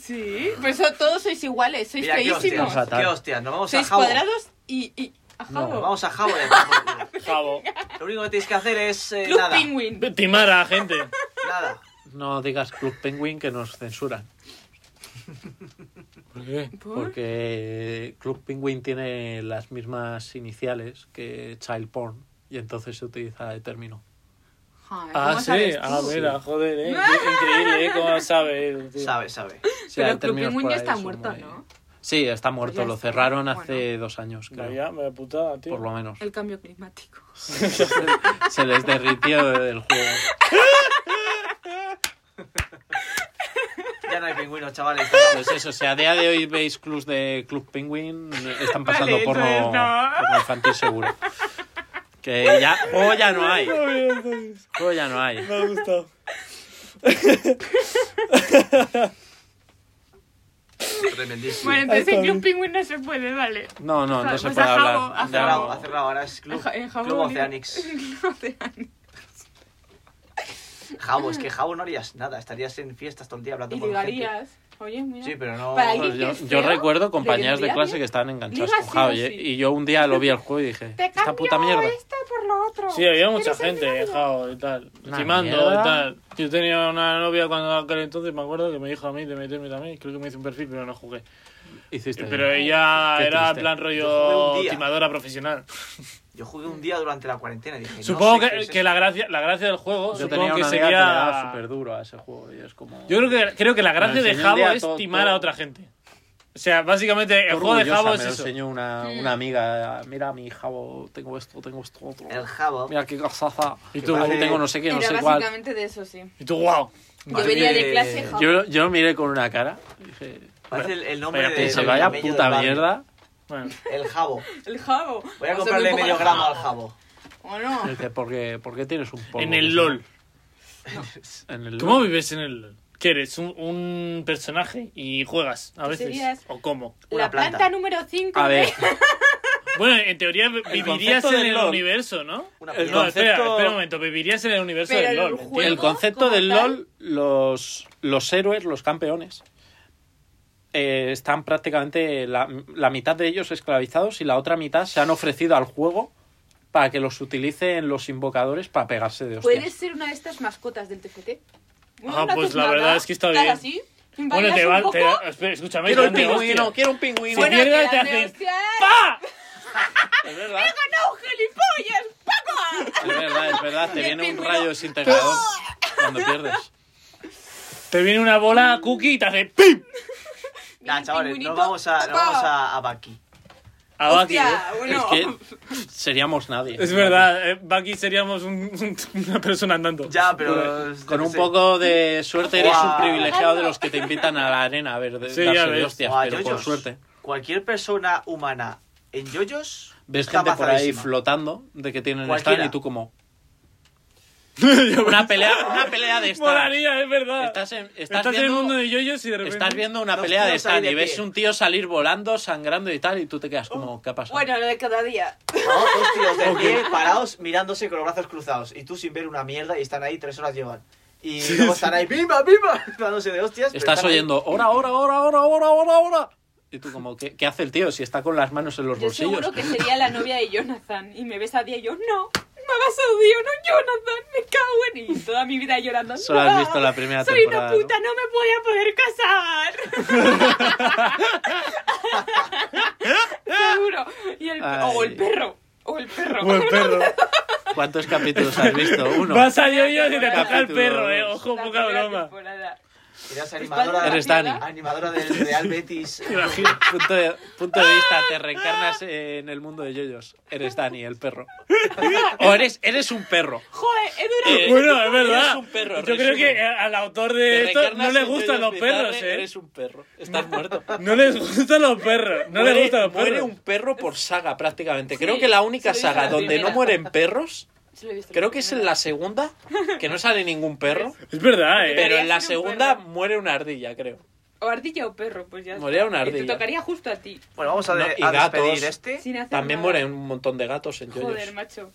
B: Sí. Pues so- todos sois iguales, sois
A: Mira, qué
B: feísimos.
A: hostias,
D: Fatal.
A: qué hostias, nos vamos a
B: Sois
A: Jabo.
B: cuadrados y. y a
D: No,
B: Jabo.
A: Vamos a Jabo. de Pamplona.
C: Javo.
A: Lo único que tenéis que hacer es eh,
B: Club
A: nada,
B: Penguin.
C: Timar a la gente.
A: nada.
D: No digas Club Penguin que nos censuran.
C: ¿Por qué?
B: ¿Por?
D: Porque Club Penguin tiene las mismas iniciales que Child Porn y entonces se utiliza el término.
B: Ay,
C: Ah,
B: ¿cómo
C: sí.
B: sabes tú?
C: A ver, ah, joder, eh. Increíble, eh. Cómo sabe. eh, tío.
A: Sabe, sabe.
D: O sea,
B: Pero
D: hay
B: Club
D: términos
B: Penguin
D: por
B: ya
D: ahí
B: está
D: son
B: muerto,
D: muy-
B: ¿no?
D: Sí, está muerto.
B: Pues ya
D: lo
B: está.
D: cerraron
B: Bueno.
D: hace dos años, creo.
C: Vaya, vaya putada, tío.
D: Por lo menos.
B: El cambio climático.
D: Se les derritió el juego.
A: Ya no hay pingüinos, chavales.
D: Pues eso, o sea, a día de hoy veis clubs de Club Penguin, están pasando
B: Vale,
D: porno,
B: entonces no.
D: porno infantil seguro. Que ya, juego ya no hay,
C: Está bien, está bien.
D: juego ya no hay.
C: Me ha gustado.
A: Tremendísimo.
B: Bueno, entonces
C: Ahí
B: en
C: está.
B: Club Penguin no se puede, vale.
D: No, no, no
B: Pues
D: se
B: a
D: puede
B: Jabo, a
D: hablar. de
B: Jabo.
A: cerrado,
D: algo.
A: ha cerrado. Ahora es Club,
B: Ja- en Jabo
A: club
B: bonito.
A: Oceanics.
B: Oceanics.
A: Jabo, es que Jabo no harías nada. Estarías en fiestas todo el día hablando
B: Y
A: con gente.
B: ligarías. Oye, mira.
A: Sí, pero no...
B: Para
D: Pues
B: alguien-
D: yo,
B: es
D: yo
B: feo,
D: recuerdo compañeras de
B: legendario,
D: clase que estaban enganchadas
B: liga
D: con
B: sí o
D: Javi,
B: sí.
D: y yo un día lo vi al juego y dije,
B: Te ¿eh?
D: esta
B: cambio
D: puta mierda.
B: esto por lo otro.
C: Sí, había mucha
B: Eres el
C: gente, eh,
B: diablo.
C: Javo y tal.
D: Una
C: Timando y
D: mierda.
C: tal. Yo tenía una novia cuando aquel entonces, me acuerdo, que me dijo a mí de meterme también. Creo que me hizo un perfil, pero no jugué.
D: Hiciste
C: Pero
D: bien.
C: ella
D: Este Qué
C: era en
D: triste.
C: plan
A: Yo jugué
C: rollo
A: un día.
C: timadora profesional.
A: Yo jugué un día durante la cuarentena y dije... no sé
C: Supongo que,
A: qué es
C: que
A: esto.
C: la, gracia, la gracia del juego,
D: yo
C: supongo
D: tenía
C: que
D: una amiga que le daba
C: sería...
D: súper duro a ese juego y es como...
C: Yo creo que, creo que la
D: Me
C: gracia
D: lo
C: de
D: enseñó un
C: Jabo
D: día
C: es
D: todo-
C: timar
D: todo-
C: a otra gente. O sea, básicamente el juego de
D: Orgullosa,
C: Jabo es
D: me lo
C: eso.
D: enseñó una, una amiga, mira mi Jabo, tengo esto, tengo esto, otro.
A: El Jabo...
D: Mira qué casaza.
C: Y
D: Y
C: tú,
D: tú,
A: Vale.
D: tengo no sé qué, no
B: Era
D: sé cuál.
B: básicamente de eso, sí.
C: Y tú, wow.
B: Yo venía de
A: que-
B: clase Jabo.
D: Yo, yo lo miré con una cara. y Dije,
A: Parece el, el nombre
C: Vaya
A: de...
D: pensé,
A: del
D: vaya
A: camello del
D: puta
A: barrio.
D: mierda.
C: Bueno,
A: El Jabo.
B: El jabo.
A: Voy a
B: O sea,
A: comprarle
B: muy poco
A: medio
B: de
A: gramo al Jabo.
B: ¿O no?
D: Dice, ¿por qué, por qué tienes un polvo?
C: en el LOL.
D: En el
C: ¿Cómo
D: LOL.
C: vives en el LOL? ¿Qué eres? Un, un personaje y juegas a veces?
B: Serías-
C: ¿O cómo?
A: Una
B: La planta,
A: planta.
B: número 5.
D: A ver,
C: Bueno, en teoría vivirías
E: concepto
C: en
E: del
C: el
E: LOL.
C: universo, ¿no?
A: Una
E: El
C: No, espera,
E: concepto-
C: espera un momento. Vivirías en el universo
B: Pero el
C: del LOL.
B: juego-
C: ¿entiendes?
D: el concepto
B: como
D: del
B: tal.
D: LOL, los, los héroes, los campeones, eh, están prácticamente la, la mitad de ellos esclavizados y la otra mitad se han ofrecido al juego para que los utilicen los invocadores para pegarse de hostias.
B: Puedes ser una de estas mascotas del TFT.
C: Ah,
B: no
C: pues
B: haces
C: la
B: nada,
C: verdad es que está
B: tal
C: bien.
B: Así,
C: Bueno, te
B: va,
C: van. Te, espera, escúchame. te dan de hostia.
D: quiero un pingüino.
B: Bueno,
C: mierda, te
B: te dan de
C: hacen-
B: hostias.
C: ¡Pa!
D: Es verdad,
B: eh. ¡No, gilipollas! ¡Paco!
D: es verdad, es verdad. Te
B: Y el
D: viene un
B: pingüino.
D: rayo desintegrador cuando pierdes.
C: Te viene una bola cookie y te hace ¡pim!
A: Nah,
B: El
A: chavales,
B: pingüinito.
A: nos vamos a, nos
B: Papá.
A: vamos a, a Baki.
C: A Baki.
B: Hostia,
C: ¿eh?
B: bueno.
D: Es que seríamos nadie.
C: Es verdad, eh, Baki seríamos un- un- una persona andando.
A: Ya, pero...
D: Con
A: yo qué
D: un
A: sé.
D: poco de suerte eres un
A: Guau.
D: privilegiado de los que te invitan a la arena a ver de,
C: Sí,
D: darse
C: ya
D: de
C: ves.
D: hostias,
A: Guau,
D: pero por
A: yoyos.
D: suerte.
A: Cualquier persona humana en yoyos...
D: Ves
A: está
D: gente por ahí
A: mazadísima.
D: flotando de que tienen
A: Cualquiera.
D: stand y tú como
C: Yo-
D: una pelea, una pelea de stand.
C: Molaría, es verdad.
D: Estás en, estás
C: Estás en el
D: viendo,
C: mundo de yoyos y de repente.
D: estás viendo una
A: Los
D: pelea de
A: tíos ahí
D: stand
A: de
D: y ves
A: pie.
D: un tío salir volando, sangrando y tal y tú te quedas como, ¿qué ha pasado?
B: Bueno, lo de cada día.
A: No, dos tíos de pie, parados, mirándose con los brazos cruzados. Y tú sin ver una mierda y están ahí, tres horas llevan. Y luego están ahí, ¡bimba, bimba! Dándose de hostias. pero
D: Estás
A: están ahí.
D: oyendo, hora, hora, hora, hora, hora, hora, hora. Y tú como, ¿qué, qué hace el tío si está con las manos en los
B: Yo
D: bolsillos?
B: seguro que sería la novia de Jonathan y me besaría y yo, no, mamá Saudio, no Jonathan, me cago en... Y toda mi vida llorando.
D: Solo has
B: "No,
D: visto la primera
B: soy
D: temporada.
B: una
D: ¿no?
B: puta, ¿no? me voy a poder casar. seguro. Y el, o el
D: Ay.
B: perro, o el perro.
C: Buen perro.
D: ¿Cuántos capítulos has visto? Uno.
C: Vas a yo yo y te toca el
D: Capítulo
C: perro, eh.
D: dos.
C: Ojo,
B: La
C: poca
B: primera
C: broma.
B: temporada.
A: Eras animadora,
D: Eres Dani.
A: animadora del Real Betis.
C: Imagina-
D: Punto de, punto de vista, te reencarnas en el mundo de yoyos. Eres Dani, el perro. O eres, eres un perro.
B: Joder, he durado...
D: Eh,
C: Bueno, es verdad.
D: Eres un perro,
C: Yo creo
D: resumen.
C: que a- al autor
D: Te
C: de esto no
D: reencarnas
C: le
D: en
C: gustan
D: Yoyos
C: los perros,
D: Bizarre,
C: eh.
D: Eres un perro. Estás muerto.
C: No les gustan los perros. No les
D: Muere-
C: gustan los
D: Muere
C: perros.
D: un perro por saga, prácticamente.
B: Sí,
D: Creo que la única
B: se lo dije a
D: saga
B: la
D: donde
B: primera.
D: no mueren perros,
B: Se lo he visto
D: creo que es en la
B: primera.
D: segunda, que no sale ningún perro.
C: Es verdad, eh.
D: Pero en la
B: Debería ser un
D: segunda
B: perro.
D: muere una ardilla, creo.
B: O ardilla o perro, pues ya está.
D: Moría una
B: Y te
D: ardilla.
B: tocaría justo a ti.
A: Bueno, vamos a,
D: No,
A: de-
D: y
A: a
D: gatos.
A: despedir este.
B: Sin hacer
D: También
B: nada.
D: mueren un montón de gatos en yoyos.
B: Joder, macho.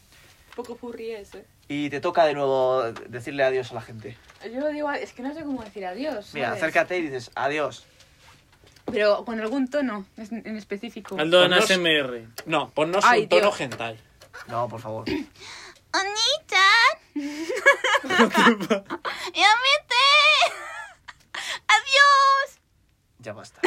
B: Poco furry eh. ese.
A: Y te toca de nuevo decirle adiós a la gente.
B: Yo lo digo, es que no sé cómo decir adiós.
A: Mira,
B: ¿sabes?
A: acércate y dices adiós.
B: Pero con algún tono es- en específico.
C: Aldo en
D: Con dos-
C: ASMR.
D: No, ponnos
B: Ay,
D: un tono
B: Dios.
D: hentai.
A: No, por favor.
F: ¡Anita! ¡Llámete! ¡Adiós!
A: Ya basta.